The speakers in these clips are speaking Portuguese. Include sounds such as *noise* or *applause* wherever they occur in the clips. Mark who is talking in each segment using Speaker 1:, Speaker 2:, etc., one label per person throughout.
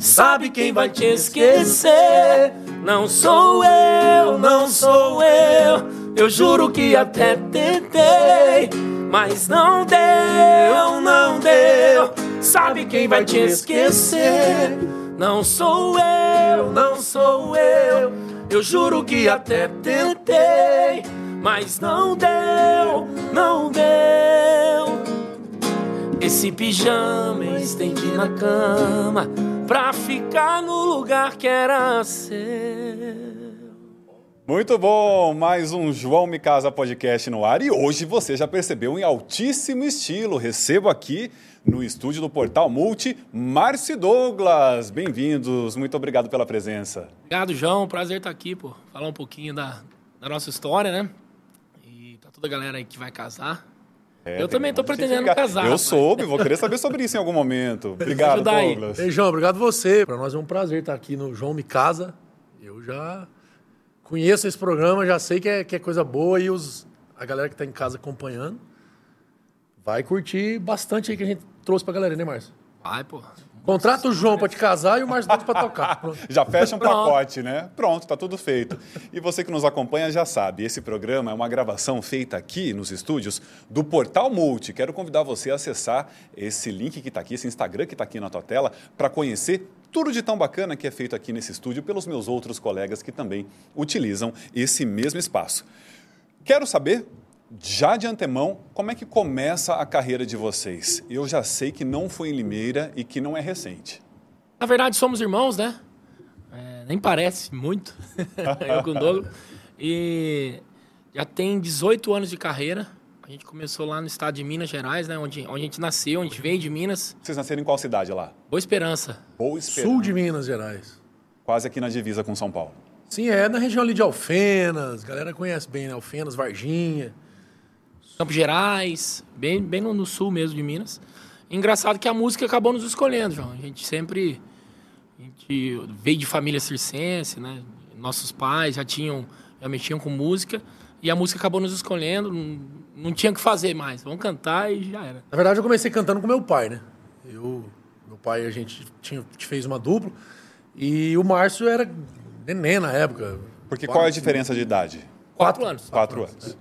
Speaker 1: Sabe quem vai te esquecer? Não sou eu, não sou eu. Eu juro que até tentei, mas não deu, não deu. Sabe quem vai te esquecer? Não sou eu, não sou eu. Eu juro que até tentei, mas não deu, não deu. Esse pijama eu estendi na cama pra ficar no lugar que era seu.
Speaker 2: Muito bom! Mais um João Me Casa Podcast no ar e hoje você já percebeu em altíssimo estilo. Recebo aqui no estúdio do Portal Multi, Márcio e Douglas. Bem-vindos, muito obrigado pela presença.
Speaker 1: Obrigado, João. Prazer estar aqui, pô. Falar um pouquinho da, da nossa história, né? E tá toda a galera aí que vai casar.
Speaker 2: É,
Speaker 1: eu
Speaker 2: tem
Speaker 1: também tô
Speaker 2: muita gente
Speaker 1: pretendendo
Speaker 2: ligada.
Speaker 1: casar.
Speaker 2: Eu
Speaker 1: rapaz.
Speaker 2: soube, vou querer saber sobre isso em algum momento. Obrigado,
Speaker 1: né? ajudar aí.
Speaker 2: Douglas.
Speaker 3: Ei, João, obrigado você. Para nós é um prazer estar aqui no João Me Casa. Eu já conheço esse programa, já sei que é, que é coisa boa e os, a galera que está em casa acompanhando vai curtir bastante aí que a gente trouxe para a galera, né, Márcio?
Speaker 1: Vai, pô.
Speaker 3: Contrata o João para te casar e o Márcio Dutti para tocar. Pronto.
Speaker 2: Já fecha um
Speaker 1: Pronto.
Speaker 2: pacote, né? Pronto, tá tudo feito. E você que nos acompanha já sabe, esse programa é uma gravação feita aqui nos estúdios do Portal Multi. Quero convidar você a acessar esse link que está aqui, esse Instagram que está aqui na tua tela, para conhecer tudo de tão bacana que é feito aqui nesse estúdio pelos meus outros colegas que também utilizam esse mesmo espaço. Quero saber, já de antemão, como é que começa a carreira de vocês. Eu já sei que não foi em Limeira e que não é recente.
Speaker 1: Na verdade, somos irmãos, né? É, nem parece muito. eu com o Douglas. E já tem 18 anos de carreira. A gente começou lá no estado de Minas Gerais, né? Onde, onde a gente nasceu, onde a gente veio de Minas.
Speaker 2: Vocês nasceram em qual cidade lá?
Speaker 1: Boa Esperança.
Speaker 2: Boa Esperança.
Speaker 3: Sul de Minas Gerais.
Speaker 2: Quase aqui na divisa com São Paulo.
Speaker 3: Sim, é na região ali de Alfenas. A galera conhece bem, né? Alfenas, Varginha.
Speaker 1: Campos Gerais, bem, bem no, no sul mesmo de Minas. Engraçado que a música acabou nos escolhendo, João. A gente sempre a gente veio de família circense, né? Nossos pais já tinham, já mexiam com música e a música acabou nos escolhendo. Não, não tinha o que fazer mais. Vamos cantar e já era.
Speaker 3: Na verdade, eu comecei cantando com meu pai, né? Eu, meu pai, a gente tinha, a gente fez uma dupla e o Márcio era neném na época.
Speaker 2: Porque qual é a diferença de idade?
Speaker 1: Quatro anos.
Speaker 2: Quatro anos.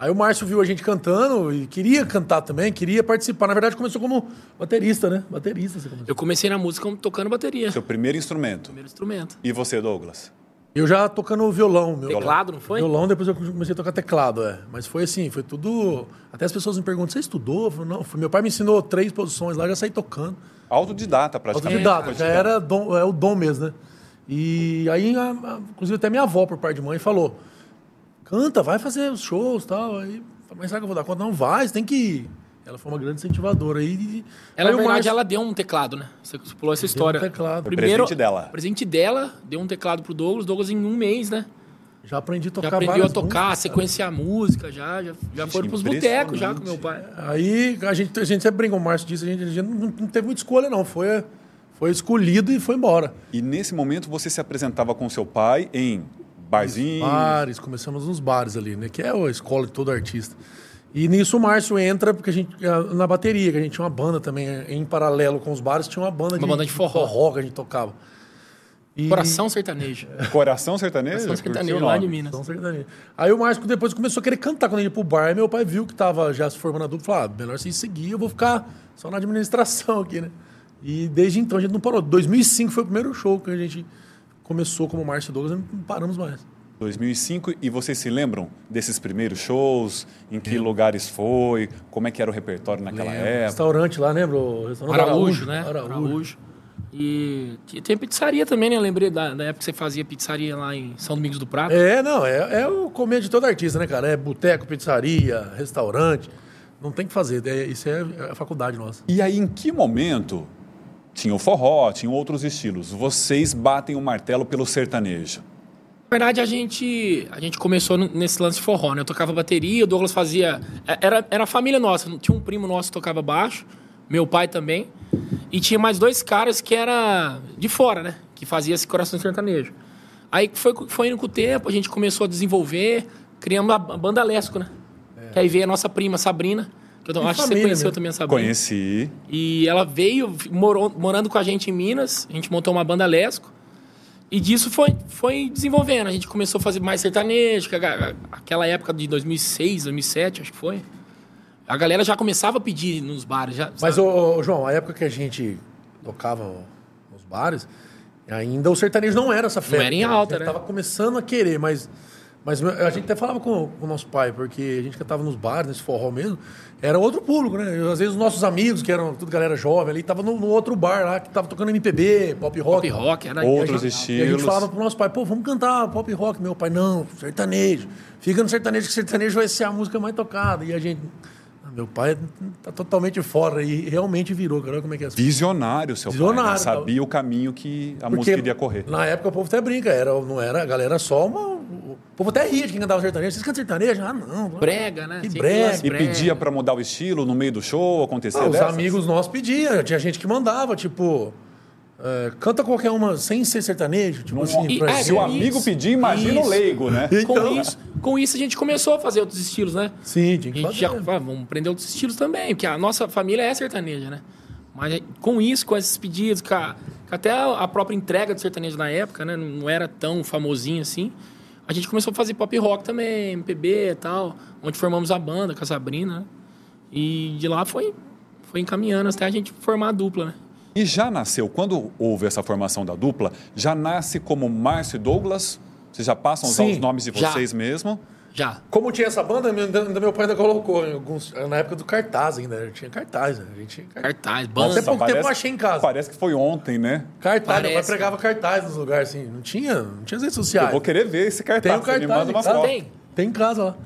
Speaker 3: Aí o Márcio viu a gente cantando e queria cantar também, queria participar. Na verdade, começou como baterista, né? Baterista, você começou.
Speaker 1: Eu comecei na música tocando bateria,
Speaker 2: Seu primeiro instrumento.
Speaker 1: primeiro instrumento.
Speaker 2: E você, Douglas?
Speaker 3: Eu já tocando violão, meu.
Speaker 1: Teclado, não foi?
Speaker 3: Violão, depois eu comecei a tocar teclado, é. Mas foi assim, foi tudo. Até as pessoas me perguntam: você estudou? Eu falo, não, foi- meu pai me ensinou três posições lá, eu já saí tocando.
Speaker 2: Autodidata, praticamente.
Speaker 3: Autodidata, já era dom- é o dom mesmo, né? E aí, a- a- inclusive, até minha avó, por parte de mãe, falou: canta, vai fazer os shows e tal. Aí, falei, mas será que eu vou dar conta? Não, vai, você tem que ir. Ela foi uma grande incentivadora. Aí,
Speaker 1: Ela, na
Speaker 3: aí o
Speaker 1: verdade,
Speaker 3: Márcio-
Speaker 1: ela deu um teclado, né? Você pulou essa história.
Speaker 3: teclado. Foi
Speaker 1: Primeiro,
Speaker 2: presente dela.
Speaker 1: Presente dela, deu um teclado pro Douglas. Douglas em um mês, né?
Speaker 3: já aprendi a tocar
Speaker 1: Já aprendeu a
Speaker 3: várias
Speaker 1: tocar,
Speaker 3: músicas, cara.
Speaker 1: sequenciar a música, já, já, já
Speaker 2: Gente,
Speaker 1: foram pros botecos já com meu
Speaker 2: impressionante.
Speaker 1: pai.
Speaker 3: Aí a gente, a gente sempre brinca, o Márcio disse, a gente, a gente não, não teve muita escolha, não. Foi, foi escolhido e foi embora.
Speaker 2: E nesse momento você se apresentava com seu pai em barzinho.
Speaker 3: Bares, começamos nos bares ali, né? Que é a escola de todo artista. E nisso o Márcio entra, porque a gente. Na bateria, que a gente tinha uma banda também, é, em paralelo com os bares, tinha uma banda
Speaker 1: Uma banda de forró.
Speaker 3: que a gente tocava. E-
Speaker 1: Coração
Speaker 3: É.
Speaker 1: né? sertanejo.
Speaker 2: Coração sertanejo?
Speaker 1: Coração
Speaker 2: Curtiu
Speaker 1: sertanejo
Speaker 2: o
Speaker 1: lá
Speaker 2: nome?
Speaker 1: de Minas.
Speaker 3: Então, sertanejo. Aí o Márcio depois começou a querer cantar quando ele ia pro bar. Aí meu pai viu que tava já se formando a dupla, falou: ah, melhor você seguir, eu vou ficar só na administração aqui, né? E desde então a gente não parou. 2005 foi o primeiro show que a gente começou como Márcio e Douglas e não paramos mais.
Speaker 2: 2005. E vocês se lembram desses primeiros shows? Em que lugares foi? Como é que era o repertório naquela
Speaker 3: Lembro.
Speaker 2: época?
Speaker 3: Restaurante lá, lembra? O restaurante
Speaker 1: Araújo, né?
Speaker 3: Araújo.
Speaker 1: E tinha- tem pizzaria também, né? Eu lembrei da, da época que você fazia pizzaria lá em São Domingos do Prata.
Speaker 3: É, não, é, é o comer de todo artista, né, cara? É boteco, pizzaria, restaurante. Não tem o que fazer, é- isso é é a faculdade nossa.
Speaker 2: E aí, em que momento tinha o forró, tinham outros estilos? Vocês batem o martelo pelo sertanejo.
Speaker 1: Na verdade, a gente, a gente começou n- nesse lance de forró, né? Eu tocava bateria, o Douglas fazia. é- Era, era a família nossa. Tinha um primo nosso que tocava baixo, meu pai também. E tinha mais dois caras que era de fora, né? Que fazia esse coração sertanejo. Aí foi, co- foi indo com o tempo, a gente começou a desenvolver, criamos a ba- banda Lesco, né? Que aí veio a nossa prima, Sabrina, que Então,
Speaker 3: E
Speaker 1: acho que você
Speaker 3: É. família
Speaker 1: conheceu
Speaker 3: mesmo.
Speaker 1: também a Sabrina.
Speaker 2: Conheci.
Speaker 1: E ela veio fi- morou- morando com a gente em Minas. A gente montou uma banda Lesco. E disso foi, foi desenvolvendo. A gente começou a fazer mais sertanejo. que a ga- Aquela época de 2006, 2007, acho que foi. A galera já começava a pedir nos bares. Já,
Speaker 3: Mas,
Speaker 1: sabe?
Speaker 3: ô, ô, João, a época que a gente tocava nos bares, ainda o sertanejo não era essa febre.
Speaker 1: era em
Speaker 3: cara.
Speaker 1: alta,
Speaker 3: a gente
Speaker 1: né?
Speaker 3: Tava começando a querer, mas, mas a gente até falava com, com o nosso pai, porque a gente cantava nos bares, nesse forró mesmo, era outro público, né? Eu, às vezes os nossos amigos, que eram tudo galera jovem ali, tava no, no outro bar lá, que tava tocando MPB, pop
Speaker 1: pop
Speaker 3: rock.
Speaker 1: rock era
Speaker 2: Outros
Speaker 1: era-
Speaker 3: E a gente
Speaker 2: estilos.
Speaker 3: falava pro nosso pai, pô, vamos cantar pop rock. Meu pai, não, sertanejo. Fica no sertanejo, que sertanejo vai ser a música mais tocada. E a gente, ah, meu pai tá totalmente fora. E realmente virou, cara, olha como é que é.
Speaker 2: Visionário, seu pai. né?
Speaker 3: Visionário, tá
Speaker 2: Sabia o caminho que a música iria correr.
Speaker 3: na época o povo até brinca, era, não era, a galera era só uma... O povo até ria de quem cantava sertanejo. Vocês cantam sertanejo? Ah, não.
Speaker 1: Brega, né?
Speaker 3: Que
Speaker 1: Sempre
Speaker 3: brega.
Speaker 1: umas
Speaker 2: E
Speaker 1: brega.
Speaker 2: pedia pra mudar o estilo no meio do show, acontecia
Speaker 3: Ah, os
Speaker 2: dessas?
Speaker 3: amigos nossos pediam, tinha gente que mandava, tipo... é, canta qualquer uma sem ser sertanejo. Tipo assim,
Speaker 1: E-
Speaker 3: pra-
Speaker 1: é,
Speaker 2: Se o amigo pedir, imagina o
Speaker 1: Isso.
Speaker 2: leigo, né?
Speaker 1: Com, isso, com isso a gente começou a fazer outros estilos, né?
Speaker 3: Sim, tinha
Speaker 1: A gente
Speaker 3: que fazer. né?
Speaker 1: já ah, vamos aprender outros estilos também, porque a nossa família é sertaneja, né? Mas eh, com isso, com esses pedidos, com a- com até a própria entrega do sertanejo na época, né? Não não era tão famosinho assim. A gente começou a fazer pop rock também, MPB e tal, onde formamos a banda com a Sabrina, né? E de lá foi, foi encaminhando até a gente formar a dupla, né?
Speaker 2: E já nasceu, quando houve essa formação da dupla, já nasce como Márcio e Douglas? Vocês já passam a usar
Speaker 3: Sim,
Speaker 2: os nomes de
Speaker 1: já.
Speaker 2: vocês mesmo?
Speaker 1: Já.
Speaker 3: Como tinha essa banda, meu- ainda ainda meu pai ainda colocou em alguns- na época do cartaz ainda. né? Tinha cartaz, né? A gente tinha cartaz.
Speaker 1: Cartaz,
Speaker 3: Até
Speaker 1: banda.
Speaker 3: pouco tempo eu achei em casa.
Speaker 2: Parece que foi ontem, né?
Speaker 3: Cartaz, meu pai
Speaker 1: Parece.
Speaker 3: pregava cartaz nos lugares, assim. Não tinha, não tinha as redes sociais.
Speaker 2: Eu vou querer ver esse cartaz.
Speaker 3: Tem o
Speaker 2: Você
Speaker 3: cartaz.
Speaker 2: me manda
Speaker 3: em
Speaker 2: uma
Speaker 3: casa.
Speaker 2: foto.
Speaker 1: Tem.
Speaker 3: Tem em casa lá.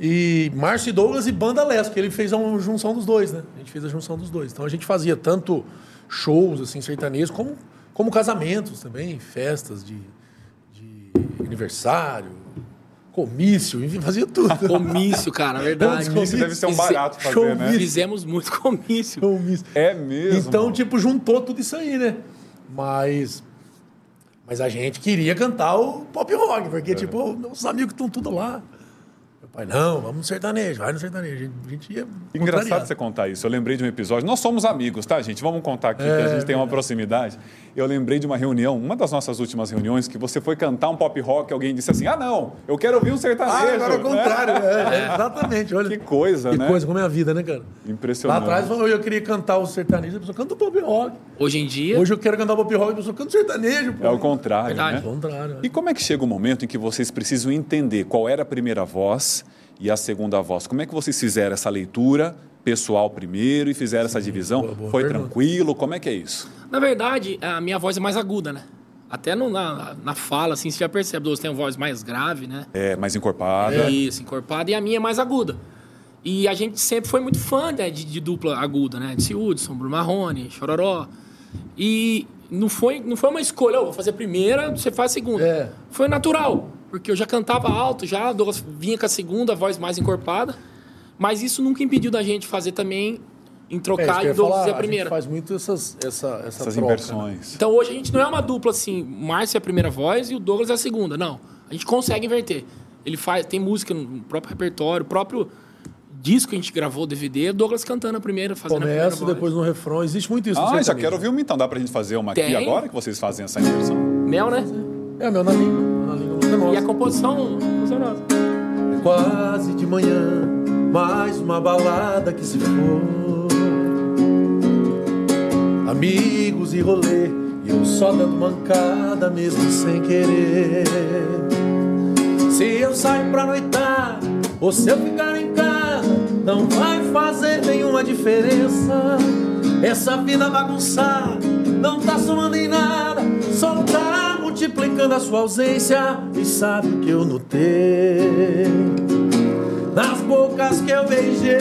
Speaker 3: E Márcio e Douglas e Banda Lesco, que ele fez a junção dos dois, né? A gente fez a junção dos dois. Então a gente fazia tanto shows, assim, sertanejos, como, como casamentos também, festas de, de aniversário, comício, enfim, fazia tudo.
Speaker 1: Comício, cara, é verdade.
Speaker 2: Isso deve ser um
Speaker 1: Fize-
Speaker 2: barato fazer,
Speaker 3: Show
Speaker 2: né?
Speaker 1: Fizemos muito *laughs* comício.
Speaker 3: *laughs* comício.
Speaker 2: É mesmo.
Speaker 3: Então, tipo, juntou tudo isso aí, né? Mas. Mas a gente queria cantar o pop rock,
Speaker 2: É.
Speaker 3: porque, tipo, meus amigos estão tudo lá. Meu pai, não, vamos no sertanejo, vai no sertanejo. A gente ia.
Speaker 2: Engraçado
Speaker 3: contrariado.
Speaker 2: você contar isso. Eu lembrei de um episódio. Nós somos amigos, tá, gente? Vamos contar aqui, que a
Speaker 3: É,
Speaker 2: gente tem uma proximidade. Eu lembrei de uma reunião, uma das nossas últimas reuniões, que você foi cantar um pop rock e alguém disse assim: ah, não, eu quero ouvir um sertanejo.
Speaker 3: Ah, agora é o
Speaker 2: né?
Speaker 3: contrário.
Speaker 2: *laughs*
Speaker 3: é, é, exatamente, olha.
Speaker 2: Que coisa,
Speaker 3: que
Speaker 2: né?
Speaker 3: coisa, como é a vida, né, cara? Lá
Speaker 2: Impressionante.
Speaker 3: atrás eu eu queria cantar o sertanejo, a pessoa canta o pop rock.
Speaker 1: Hoje em dia.
Speaker 3: Hoje eu quero cantar o pop rock, a pessoa canta o sertanejo, pô.
Speaker 2: É o contrário,
Speaker 1: Verdade.
Speaker 2: né?
Speaker 3: Ao contrário.
Speaker 2: E como é que chega o momento em que vocês precisam entender qual era a primeira voz e a segunda voz? Como é que vocês fizeram essa leitura pessoal primeiro e fizeram essa divisão?
Speaker 3: boa, boa
Speaker 2: Foi
Speaker 3: pergunta.
Speaker 2: tranquilo? Como é que é isso?
Speaker 1: Na verdade, a minha voz é mais aguda, né? Até no- na, na fala, assim, você já percebe. Você tem uma voz mais grave, né?
Speaker 2: É mais encorpada.
Speaker 1: Isso, encorpada. E a minha é mais aguda. E a gente sempre foi muito fã né, de, de dupla aguda, né? De Hudson, Bruno Marrone, Chororó. E não foi, não foi uma escolha, "Ô, vou fazer a primeira, você faz a segunda.
Speaker 3: É.
Speaker 1: Foi natural, porque eu já cantava alto, já o Douglas vinha com a segunda, a voz mais encorpada. Mas isso nunca impediu da gente fazer também, em
Speaker 3: É, isso
Speaker 1: trocar
Speaker 3: que eu
Speaker 1: e
Speaker 3: ia
Speaker 1: Douglas
Speaker 3: falar,
Speaker 1: fazer a
Speaker 3: gente
Speaker 1: primeira.
Speaker 3: faz muito essas, essa, essa
Speaker 2: Essas
Speaker 3: troca, né?
Speaker 2: inversões.
Speaker 1: Então hoje a gente não é uma dupla assim, Márcio é a primeira voz e o Douglas é a segunda. Não. A gente consegue inverter. Ele faz, tem música no próprio repertório, próprio disco que a gente gravou, DVD, o é Douglas cantando a primeira, fazendo a
Speaker 3: Começa,
Speaker 1: primeira
Speaker 3: depois no refrão. Existe muito isso no
Speaker 2: Ah, já
Speaker 3: sertanejo.
Speaker 2: quero ouvir uma então. Dá pra gente fazer uma aqui
Speaker 1: Tem.
Speaker 2: agora que vocês fazem essa inversão?
Speaker 1: voz. Mel, né?
Speaker 3: É, meu, na língua. Na língua não é
Speaker 1: E a
Speaker 3: nossa.
Speaker 1: composição, composição nossa.
Speaker 3: Quase de manhã, mais uma balada que se for. Amigos e rolê, e eu só dando mancada mesmo sem querer. Se eu sair pra noitar, ou se eu ficar em casa, não vai fazer nenhuma diferença. Essa vida bagunçada não tá somando em nada, só tá multiplicando a sua ausência. E sabe o que eu notei? Nas bocas que eu beijei,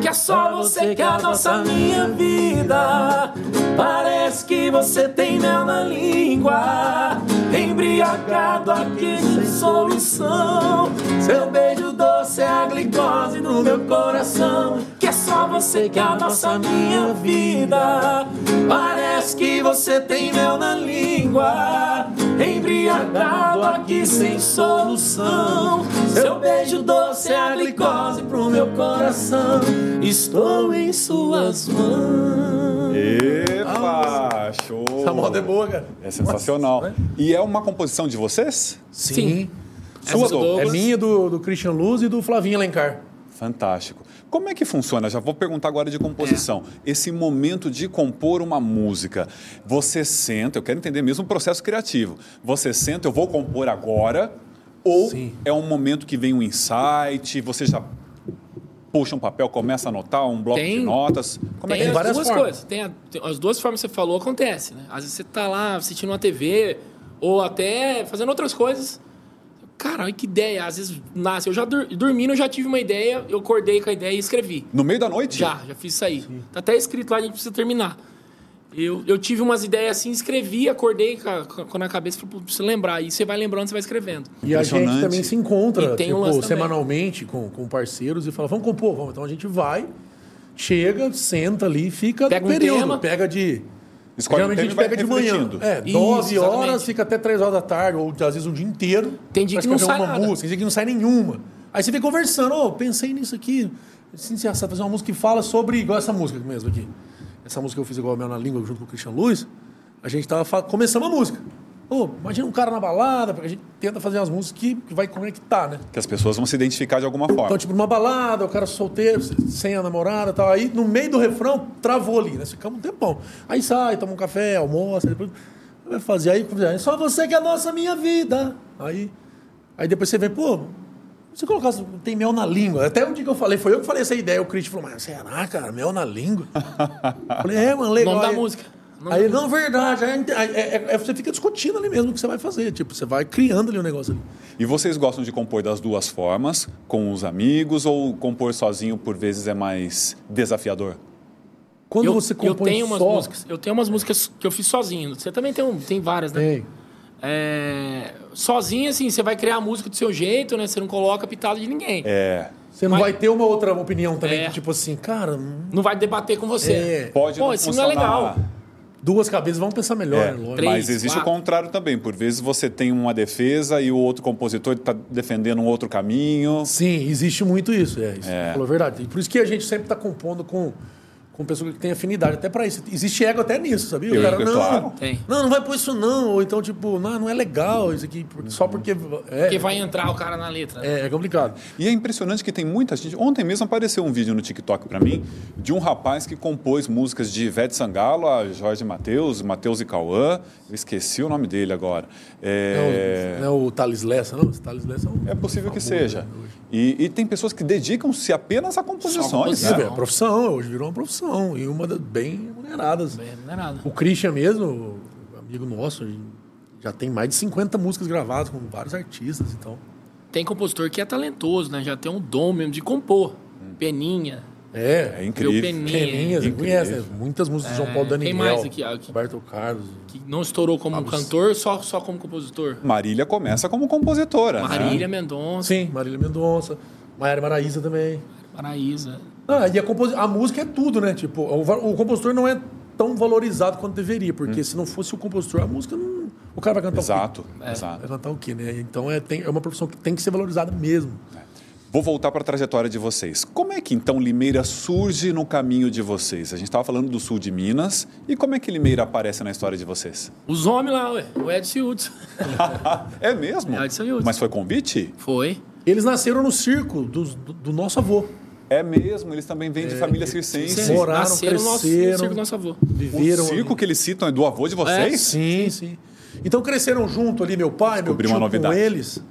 Speaker 1: Que é só você que adoça a minha vida. Parece que você tem mel na língua. Embriagado aqui sem solução. Seu beijo doce é a glicose no meu coração. Que é só você que adoça a minha vida. Parece que você tem mel na língua. embriagado aqui sem solução. Seu beijo doce é a glicose pro meu coração. Estou em suas mãos.
Speaker 2: Epa! Show!
Speaker 3: Ah, Essa moda é boa, né? cara.
Speaker 2: É sensacional. E é uma composição de vocês?
Speaker 3: Sim.
Speaker 2: Sua,
Speaker 1: do
Speaker 2: Douglas?
Speaker 3: É
Speaker 1: Douglas.
Speaker 3: minha, do, do Christian Luz e do Flavinho Alencar.
Speaker 2: Fantástico. Como é que funciona? Já vou perguntar agora de composição.
Speaker 1: É.
Speaker 2: Esse momento de compor uma música. Você senta, eu quero entender mesmo o processo criativo. Você senta, eu vou compor agora, ou
Speaker 3: Sim.
Speaker 2: é um momento que vem um insight, você já puxa um papel, começa a anotar um bloco de
Speaker 1: Tem-
Speaker 2: notas. Como
Speaker 3: tem
Speaker 2: é
Speaker 1: Tem
Speaker 2: que é?
Speaker 3: várias
Speaker 1: as duas
Speaker 3: formas.
Speaker 1: coisas. Tem, a- tem as duas formas que você falou, acontece, né? Às vezes você tá lá assistindo uma TV ou até fazendo outras coisas. Cara, olha que ideia. Às vezes nasce. Eu já dur- dormindo, eu já tive uma ideia, eu acordei com a ideia e escrevi.
Speaker 2: No meio da noite?
Speaker 1: Já, já fiz isso aí. Tá até escrito lá, a gente precisa terminar. Eu, eu tive umas ideias assim, escrevi, acordei com a, com a- na cabeça, falei, "Pô, preciso lembrar. E você vai lembrando, você vai escrevendo.
Speaker 3: E a gente
Speaker 2: Impressionante.
Speaker 3: também se encontra
Speaker 1: E tem um
Speaker 3: tipo,
Speaker 1: lance também.
Speaker 3: semanalmente com, com parceiros e fala, vamos compor, vamos. Então a gente vai, chega, senta ali, e fica
Speaker 1: Pega um
Speaker 3: no período.
Speaker 1: tema.
Speaker 3: pega de.
Speaker 2: Escolhe um
Speaker 3: geralmente a gente
Speaker 2: tema e vai
Speaker 3: pega de manhã.
Speaker 2: refletindo.
Speaker 3: É,
Speaker 1: Isso,
Speaker 3: 9 horas,
Speaker 1: exatamente.
Speaker 3: fica até 3 horas da tarde, ou às vezes um dia inteiro.
Speaker 1: Tem dia
Speaker 3: pra
Speaker 1: que não
Speaker 3: escrever
Speaker 1: sai
Speaker 3: uma
Speaker 1: nada.
Speaker 3: música, tem dia que não sai nenhuma. Aí você vem conversando, ô, pensei nisso aqui. Assim, você sabe fazer uma música que fala sobre. Igual essa música mesmo aqui. Essa música que eu fiz igual a Mel na língua junto com o Christian Luz. A gente tava fa- começando a música. Ô, imagina um cara na balada, porque a gente tenta fazer umas músicas que, que vai conectar, né?
Speaker 2: Que as pessoas vão se identificar de alguma forma.
Speaker 3: Então, tipo, numa balada, o cara solteiro, sem a namorada e tal. Aí, no meio do refrão, travou ali, né? Ficamos um tempão. Aí sai, toma um café, almoça, depois. Vai fazer aí, é só você que é a nossa minha vida. Aí, aí depois você vê, pô, se colocasse, tem mel na língua. Até um dia que eu falei, foi eu que falei essa ideia. O Christian falou, mas será, cara, mel na língua? Eu falei, é, mano, legal.
Speaker 1: Nome da
Speaker 3: Aí-
Speaker 1: música. Nome
Speaker 3: Aí,
Speaker 1: da
Speaker 3: não, verdade. Aí, aí, é- é- você fica discutindo ali mesmo o que você vai fazer. Tipo, você vai criando ali o negócio ali.
Speaker 2: E vocês gostam de compor das duas formas, com os amigos, ou compor sozinho por vezes é mais desafiador?
Speaker 3: Quando
Speaker 1: eu,
Speaker 3: você
Speaker 1: eu
Speaker 3: compõe
Speaker 1: tenho umas
Speaker 3: só,
Speaker 1: músicas. né? Eu tenho umas músicas que eu fiz sozinho. Você também tem, um, tem várias, né?
Speaker 3: Tem.
Speaker 1: É, sozinho, assim, você vai criar a música do seu jeito, né? Você não coloca pitada de ninguém.
Speaker 2: É.
Speaker 3: Você não
Speaker 1: Mas-
Speaker 3: vai ter uma outra opinião também,
Speaker 1: É.
Speaker 3: que, tipo assim, cara, hum,
Speaker 1: Não vai debater com você.
Speaker 3: É.
Speaker 2: Pode
Speaker 1: Pô,
Speaker 2: não
Speaker 1: isso
Speaker 2: funcionar.
Speaker 1: não é legal.
Speaker 3: duas cabeças vão pensar melhor,
Speaker 2: É,
Speaker 3: né, lógico.
Speaker 1: Três,
Speaker 2: mas existe
Speaker 1: quatro.
Speaker 2: o contrário também. Por vezes você tem uma defesa e o outro compositor está defendendo um outro caminho.
Speaker 3: Sim, existe muito isso, é isso.
Speaker 2: É.
Speaker 3: Você Falou a verdade. E por isso que a gente sempre tá compondo com, com pessoas que têm afinidade até pra isso. Existe ego até nisso, sabia?
Speaker 2: Eu-
Speaker 3: o cara,
Speaker 2: é
Speaker 3: não,
Speaker 2: claro.
Speaker 1: Tem.
Speaker 3: não, não vai pôr isso não. Ou então, tipo, não, não é legal isso aqui, por-
Speaker 2: Uhum.
Speaker 3: só porque... É,
Speaker 1: Porque vai entrar o cara na letra. né?
Speaker 3: é, é complicado.
Speaker 2: E é impressionante que tem muita gente. Ontem mesmo apareceu um vídeo no TikTok para mim de um rapaz que compôs músicas de Ivete Sangalo, a Jorge Matheus, Matheus e Cauã. Eu esqueci o nome dele agora. É,
Speaker 3: Não, não é o Thales Lessa, não? Esse Thales Lessa é um...
Speaker 2: é possível que
Speaker 3: famoso,
Speaker 2: seja.
Speaker 3: né, hoje.
Speaker 2: E, e tem pessoas que dedicam-se apenas a composições.
Speaker 1: composição.
Speaker 2: né?
Speaker 3: É, é uma profissão, hoje virou uma profissão. E uma das bem remuneradas.
Speaker 1: Bem, Não é nada.
Speaker 3: O Christian mesmo, amigo nosso, já tem mais de 50 músicas gravadas com vários artistas então. e tal.
Speaker 1: Tem compositor que é talentoso, né? Já tem um dom mesmo de compor.
Speaker 2: Hum.
Speaker 1: Peninha.
Speaker 2: É
Speaker 3: É,
Speaker 1: Viu,
Speaker 2: incrível.
Speaker 1: Peninha.
Speaker 3: Peninha, você
Speaker 2: Incrível.
Speaker 3: conhece, né? Muitas músicas de João Paulo Daniel.
Speaker 1: tem mais aqui, ó, aqui.
Speaker 3: Roberto Carlos.
Speaker 1: Que não estourou como cantor, só, só como compositor.
Speaker 2: Marília começa como compositora. né?
Speaker 1: Marília Mendonça,
Speaker 3: Sim, Marília Mendonça, Maiara Maraíza também.
Speaker 1: Paraísa.
Speaker 3: Ah, e a, composi- a música é tudo, né? Tipo, o, va- o compositor não é tão valorizado quanto deveria, porque se não fosse o compositor, a música não. é O cara vai cantar
Speaker 2: Exato,
Speaker 3: o quê?
Speaker 2: exato.
Speaker 3: Vai cantar o quê, né? Então é, tem- é uma profissão que tem que ser valorizada mesmo.
Speaker 2: Vou voltar para a trajetória de vocês. Como é que então Limeira surge no caminho de vocês? A gente estava falando do sul de Minas. E como é que Limeira aparece na história de vocês?
Speaker 1: Os homens lá, ué. O Edson Hudson. *laughs*
Speaker 2: é mesmo?
Speaker 1: É, isso aí, isso.
Speaker 2: Mas foi convite?
Speaker 1: Foi.
Speaker 3: Eles nasceram no circo dos- do- do nosso avô.
Speaker 2: É mesmo, eles também vêm de família circense.
Speaker 3: É, sim. Moraram,
Speaker 1: Nasceram no nosso no
Speaker 3: cresceram.
Speaker 1: circo do nosso avô.
Speaker 2: O
Speaker 3: Viveram.
Speaker 2: circo que eles citam é do avô de vocês?
Speaker 3: Sim, sim. Então cresceram junto ali, meu pai, meu
Speaker 2: Descobri
Speaker 3: tio
Speaker 2: uma
Speaker 3: com
Speaker 2: novidade.
Speaker 3: eles.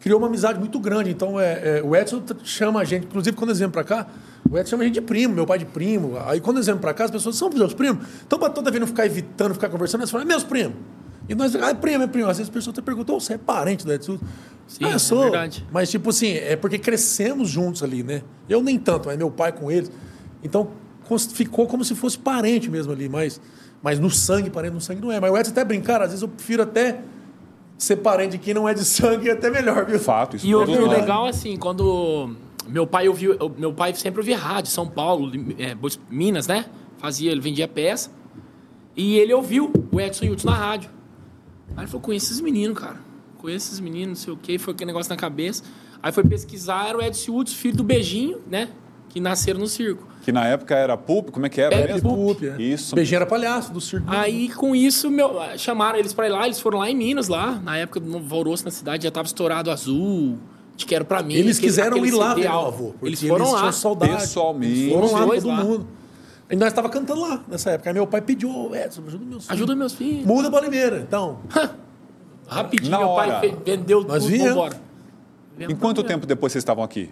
Speaker 3: Criou uma amizade muito grande. Então é, é, o Edson t- chama a gente, inclusive quando eles vêm pra cá, o Edson chama a gente de primo, meu pai de primo. Aí quando eles vêm pra cá, as pessoas são meus primos. Então pra toda vez não ficar evitando, ficar conversando, eles falam, é meus primos. E nós, ah, é primo, é primo. Às vezes as pessoas até perguntam, "Ô, você é parente do Edson?
Speaker 1: Sim,
Speaker 3: ah,
Speaker 1: é
Speaker 3: sou.
Speaker 1: verdade.
Speaker 3: Mas, tipo assim, é porque crescemos juntos ali, né? Eu nem tanto, mas meu pai com eles. Então, cons- ficou como se fosse parente mesmo ali, mas, mas no sangue, parente no sangue não é. Mas o Edson até brincar, às vezes eu prefiro até ser parente de quem não é de sangue, *laughs* é até melhor, viu?
Speaker 2: Fato, isso né?
Speaker 1: E o
Speaker 2: todos
Speaker 1: o
Speaker 2: nós.
Speaker 1: legal, assim, quando meu pai ouviu, eu- meu pai sempre ouvia rádio, São Paulo, Lim- é, Bois- Minas, né? Fazia, ele vendia peça. E ele ouviu o Edson Hudson na rádio. Aí ele falou, conheço esses meninos, cara. Conheço esses meninos, não sei o quê. Foi aquele negócio na cabeça. Aí foi pesquisar, era o Edson Woods, filho do Beijinho, né? Que nasceram no circo.
Speaker 2: Que na época era Pulp, como é que era
Speaker 1: Era
Speaker 2: mesmo?
Speaker 3: Pup, é.
Speaker 2: Isso.
Speaker 3: Beijinho era palhaço do circo.
Speaker 1: Aí, com isso, meu, chamaram eles pra ir lá. Eles foram lá em Minas, lá. Na época, no Valoroso, na cidade, já tava estourado azul. Te quero pra mim.
Speaker 3: Eles
Speaker 1: aquele-
Speaker 3: quiseram
Speaker 1: aquele
Speaker 3: ir lá
Speaker 1: CD
Speaker 3: ver meu
Speaker 1: alvo.
Speaker 3: avô. porque
Speaker 1: Eles foram lá.
Speaker 3: tinham saudade.
Speaker 2: Pessoalmente.
Speaker 3: Foram lá,
Speaker 1: Dois
Speaker 3: todo
Speaker 1: lá.
Speaker 3: mundo. E nós tava cantando lá nessa época. Aí meu pai pediu, "Ô, Edson, ajuda meus filhos.
Speaker 1: Ajuda meus filhos.
Speaker 3: Muda pra Limeira,
Speaker 1: *laughs*
Speaker 3: então.
Speaker 1: Rapidinho,
Speaker 2: Na
Speaker 1: meu
Speaker 2: hora.
Speaker 1: pai fe- vendeu
Speaker 3: Nós
Speaker 1: tudo,
Speaker 3: viemos.
Speaker 1: vambora.
Speaker 2: Em quanto tempo depois vocês estavam aqui?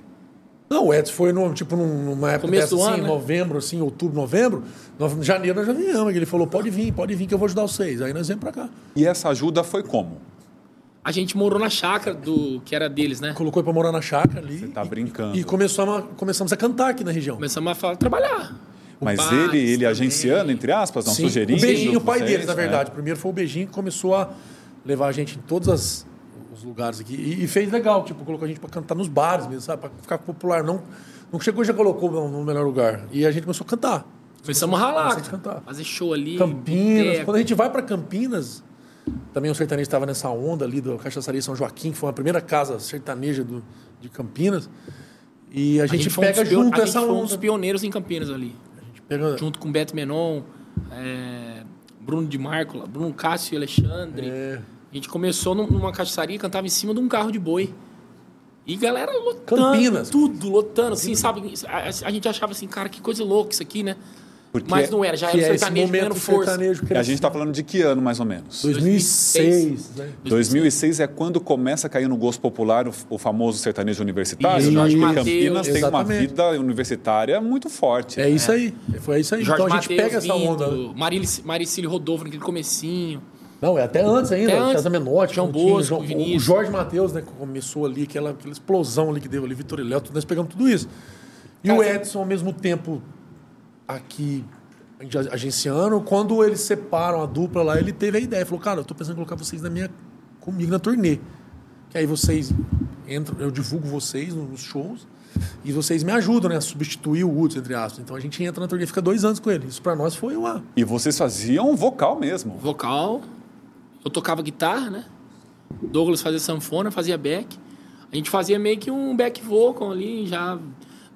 Speaker 3: Não, o Edson foi no, tipo, num- numa época
Speaker 1: Começo
Speaker 3: dessa,
Speaker 1: do
Speaker 3: assim,
Speaker 1: ano, né?
Speaker 3: novembro, assim, outubro, novembro. Nove- Em janeiro nós já viemos. Ele falou, pode vir, pode vir que eu vou ajudar vocês. Aí nós viemos pra cá.
Speaker 2: E essa ajuda foi como?
Speaker 1: A gente morou na chácara do que era deles, né?
Speaker 3: Colocou ele pra morar na chácara ali. Você
Speaker 2: tá brincando.
Speaker 3: E, começamos, a, começamos a cantar aqui na região.
Speaker 1: Começamos a falar, trabalhar. O
Speaker 2: Mas
Speaker 1: bar,
Speaker 2: ele, ele
Speaker 1: também.
Speaker 2: agenciando, entre aspas, não
Speaker 3: Sim,
Speaker 2: sugerindo.
Speaker 3: O beijinho, o pai
Speaker 2: vocês,
Speaker 3: deles, na
Speaker 2: né?
Speaker 3: verdade. Primeiro foi o beijinho que começou a levar a gente em todos as- os lugares aqui. E, e fez legal, tipo, colocou a gente pra cantar nos bares mesmo, sabe? Pra ficar popular. Não, não chegou e já colocou no, no melhor lugar. E a gente começou a cantar.
Speaker 1: Começamos a ralar.
Speaker 3: Começamos a
Speaker 1: cara.
Speaker 3: cantar.
Speaker 1: Fazer show ali.
Speaker 3: Campinas.
Speaker 1: boteco.
Speaker 3: Quando a gente vai pra Campinas, também o sertanejo estava nessa onda ali do Cachaçaria São Joaquim, que foi a primeira casa sertaneja do- de Campinas. E a,
Speaker 1: A
Speaker 3: gente,
Speaker 1: foi um
Speaker 3: pega
Speaker 1: dos pio-
Speaker 3: junto
Speaker 1: a gente
Speaker 3: essa
Speaker 1: foi um
Speaker 3: onda.
Speaker 1: dos pioneiros em Campinas ali.
Speaker 3: A gente pega-
Speaker 1: Junto com Beto Menon, é, Bruno de Marco, lá, Bruno Cássio e Alexandre.
Speaker 3: É.
Speaker 1: A gente começou num- numa cachaçaria e cantava em cima de um carro de boi. E galera lotando.
Speaker 3: Campinas.
Speaker 1: Tudo, lotando, assim, sabe? A, a gente achava assim, cara, que coisa louca isso aqui, né?
Speaker 2: Porque-
Speaker 1: Mas não era, já
Speaker 3: que
Speaker 1: era
Speaker 3: é
Speaker 1: o
Speaker 3: esse
Speaker 1: sertanejo
Speaker 3: momento
Speaker 1: ganhando
Speaker 3: do
Speaker 1: força.
Speaker 3: sertanejo
Speaker 2: E
Speaker 3: crescendo.
Speaker 2: a gente está falando de que ano, mais ou menos?
Speaker 3: 2006,
Speaker 1: 2006,
Speaker 3: né?
Speaker 2: 2006 é quando começa a cair no gosto popular o, o famoso sertanejo universitário.
Speaker 1: Isso,
Speaker 2: né?
Speaker 1: Jorge
Speaker 2: Porque
Speaker 1: Mateus.
Speaker 2: Campinas tem uma
Speaker 3: Exatamente.
Speaker 2: vida universitária muito forte.
Speaker 3: É isso aí. Foi isso aí.
Speaker 1: Jorge
Speaker 3: então a gente
Speaker 1: Mateus
Speaker 3: pega essa
Speaker 1: vindo,
Speaker 3: onda. né?
Speaker 1: Marili- Maricílio Rodolfo naquele comecinho.
Speaker 3: Não, é até antes ainda.
Speaker 1: Até
Speaker 3: Até
Speaker 1: antes.
Speaker 3: Casa Menotti,
Speaker 1: João
Speaker 3: Coutinho,
Speaker 1: Bosco,
Speaker 3: João- o
Speaker 1: Vinícius.
Speaker 3: Jorge Matheus, né? que Começou ali, aquela, aquela explosão ali que deu ali, Vitor e Léo, tudo, nós pegamos tudo isso. E
Speaker 1: Cara,
Speaker 3: o
Speaker 1: você-
Speaker 3: Edson, ao mesmo tempo, aqui ag- agenciando, quando eles separam a dupla lá, ele teve a ideia. Falou, cara, eu tô pensando em colocar vocês na minha, comigo na turnê. Que aí vocês entram, eu divulgo vocês nos shows e vocês me ajudam, né? A substituir o Woods, entre aspas. Então a gente entra na turnê, fica dois anos com ele. Isso pra nós foi uma.
Speaker 2: E vocês faziam vocal mesmo.
Speaker 1: vocal. Eu tocava guitarra, né? Douglas fazia sanfona, fazia back. A gente fazia meio que um back vocal ali, já.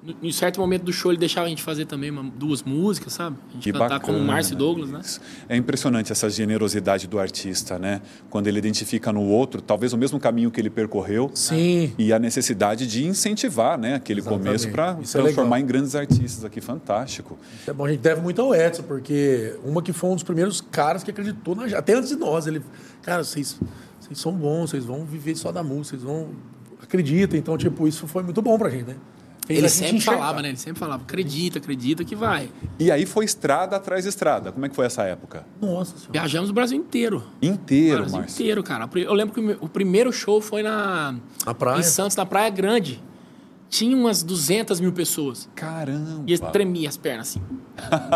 Speaker 1: no- Em certo momento do show ele deixava a gente fazer também uma- duas músicas, sabe? A gente
Speaker 2: Que
Speaker 1: cantava
Speaker 2: bacana.
Speaker 1: como Márcio e Douglas, né?
Speaker 2: Isso. É impressionante essa generosidade do artista, né? Quando ele identifica no outro, talvez o mesmo caminho que ele percorreu.
Speaker 3: Sim.
Speaker 2: E a necessidade de incentivar né, aquele
Speaker 3: Exatamente.
Speaker 2: começo para
Speaker 3: Isso é
Speaker 2: transformar
Speaker 3: legal.
Speaker 2: em grandes artistas aqui. Fantástico.
Speaker 3: É bom, a gente deve muito ao Edson, porque uma que foi um dos primeiros caras que acreditou na gente, até antes de nós, ele, cara, vocês, vocês são bons, vocês vão viver só da música, vocês vão acredita, então tipo, isso foi muito bom pra gente, né? Fez a
Speaker 1: Ele
Speaker 3: gente
Speaker 1: sempre
Speaker 3: enxergar.
Speaker 1: falava, né? Ele sempre falava, acredita, acredita que vai.
Speaker 2: E aí foi estrada atrás de estrada. Como é que foi essa época?
Speaker 1: né?
Speaker 3: Nossa senhora.
Speaker 1: Viajamos o Brasil inteiro.
Speaker 2: Inteiro,
Speaker 1: Brasil
Speaker 2: Márcio.
Speaker 1: inteiro, cara. Eu lembro que o meu- o primeiro show foi na,
Speaker 3: Na praia?
Speaker 1: em Santos, na Praia Grande. Tinha umas 200 mil pessoas.
Speaker 2: Caramba.
Speaker 1: E eu tremia as pernas assim.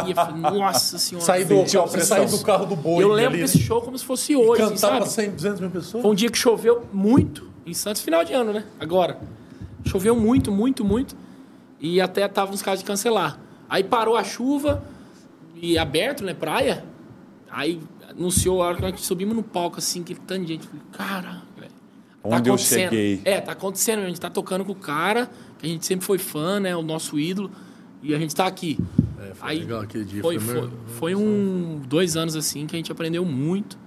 Speaker 1: E eu falei,
Speaker 3: *laughs*
Speaker 1: nossa senhora.
Speaker 3: Sair do,
Speaker 2: Sentiu a
Speaker 3: você
Speaker 2: pressão.
Speaker 3: sair do carro do boi.
Speaker 1: eu lembro
Speaker 3: ali,
Speaker 1: desse
Speaker 3: né?
Speaker 1: show como se fosse hoje, assim,
Speaker 3: Cantar pra
Speaker 1: sabe?
Speaker 3: 100, 200 mil pessoas.
Speaker 1: Foi um dia que choveu muito em Santos, final de ano, né? Agora. Choveu muito, muito, muito. E até tava uns casos de cancelar. Aí parou a chuva e aberto, né? Praia. Aí anunciou a hora que nós subimos no palco, assim, aquele tanto de gente. Falei, cara, velho. tá
Speaker 2: Onde eu
Speaker 1: acontecendo.
Speaker 2: cheguei.
Speaker 1: É, tá acontecendo. A gente tá tocando com o cara, que a gente sempre foi fã, né? O nosso ídolo. E a gente tá aqui.
Speaker 3: É, foi legal aquele dia,
Speaker 1: Foi,
Speaker 3: foi
Speaker 1: foi,
Speaker 3: mesmo.
Speaker 1: foi um dois anos assim que a gente aprendeu muito.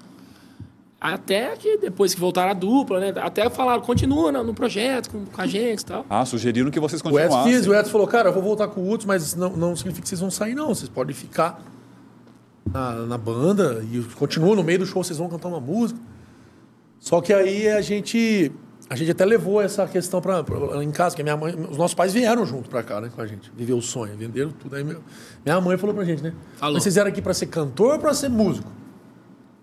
Speaker 1: Até que depois que voltaram a dupla, né? Até falaram, continua no, no projeto com, com a gente e tal.
Speaker 2: Ah, sugeriram que vocês
Speaker 3: O Edson
Speaker 2: continuassem.
Speaker 3: fez, o Edson falou, cara, eu vou voltar com o Uts, mas não, não significa que vocês vão sair, não. Vocês podem ficar na, na banda e continua no meio do show, vocês vão cantar uma música. Só que aí a gente. A gente até levou essa questão pra, pra- em casa, que a minha mãe. Os nossos pais vieram junto pra cá, né, com a gente. Viveu o sonho, venderam tudo. Aí meu- minha mãe falou pra gente, né?
Speaker 1: Falou.
Speaker 3: "Mas Vocês eram aqui pra ser cantor ou pra ser músico?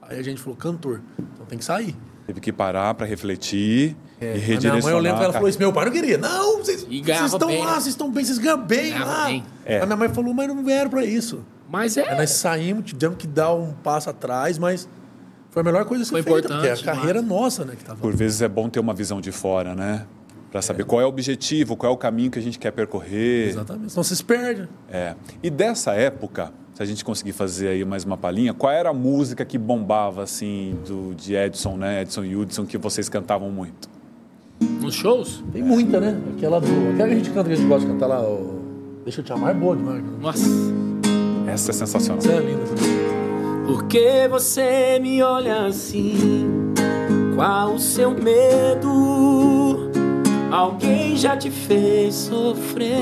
Speaker 3: Aí a gente falou, cantor. Então tem que sair.
Speaker 2: Teve que parar para refletir e
Speaker 3: A É, minha
Speaker 2: redirecionar.
Speaker 3: mãe, eu lembro que ela
Speaker 2: a
Speaker 3: falou isso. Meu pai não queria. Não, vocês,
Speaker 1: E
Speaker 3: vocês
Speaker 1: ganhava
Speaker 3: estão
Speaker 1: bem,
Speaker 3: lá,
Speaker 1: né?
Speaker 3: vocês estão bem, vocês ganham bem
Speaker 1: Ganhava
Speaker 3: lá.
Speaker 1: bem.
Speaker 2: É.
Speaker 3: A minha mãe falou, mas não vieram pra isso.
Speaker 1: Mas
Speaker 3: Aí
Speaker 1: é.
Speaker 3: nós saímos, tivemos que dar um passo atrás, mas foi a melhor coisa que
Speaker 1: Foi
Speaker 3: você fez. né? Porque
Speaker 1: importante
Speaker 3: a carreira nossa, né, que tava.
Speaker 2: Por vezes é bom ter uma visão de fora, né? Para saber qual é o objetivo, qual é o caminho que a gente quer percorrer.
Speaker 3: Exatamente. Senão vocês perdem.
Speaker 2: É. E dessa época, se a gente conseguir fazer aí mais uma palhinha, qual era a música que bombava, assim, do, de Edson, né? Edson e Hudson, que vocês cantavam muito?
Speaker 1: Nos shows?
Speaker 3: Tem muita, né? Aquela do. Aquela que a gente canta, que a gente gosta de cantar lá, o. Deixa eu te amar, é boa demais. cara.
Speaker 1: Nossa.
Speaker 2: Essa é sensacional.
Speaker 3: Essa é linda também.
Speaker 1: Por que você me olha assim? Qual o seu medo? Alguém já te fez sofrer?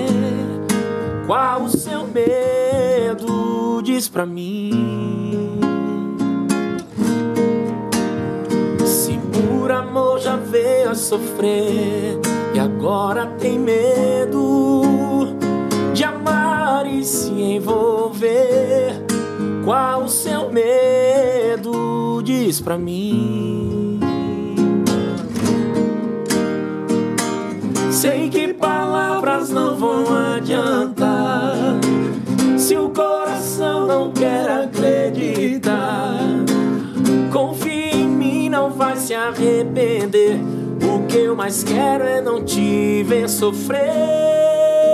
Speaker 1: Qual o seu medo? Diz pra mim. Se por amor já veio a sofrer e agora tem medo de amar e se envolver, qual o seu medo? Diz pra mim. Sei que palavras não vão adiantar se o coração não quer acreditar. Confie em mim, não vai se arrepender. O que eu mais quero é não te ver sofrer.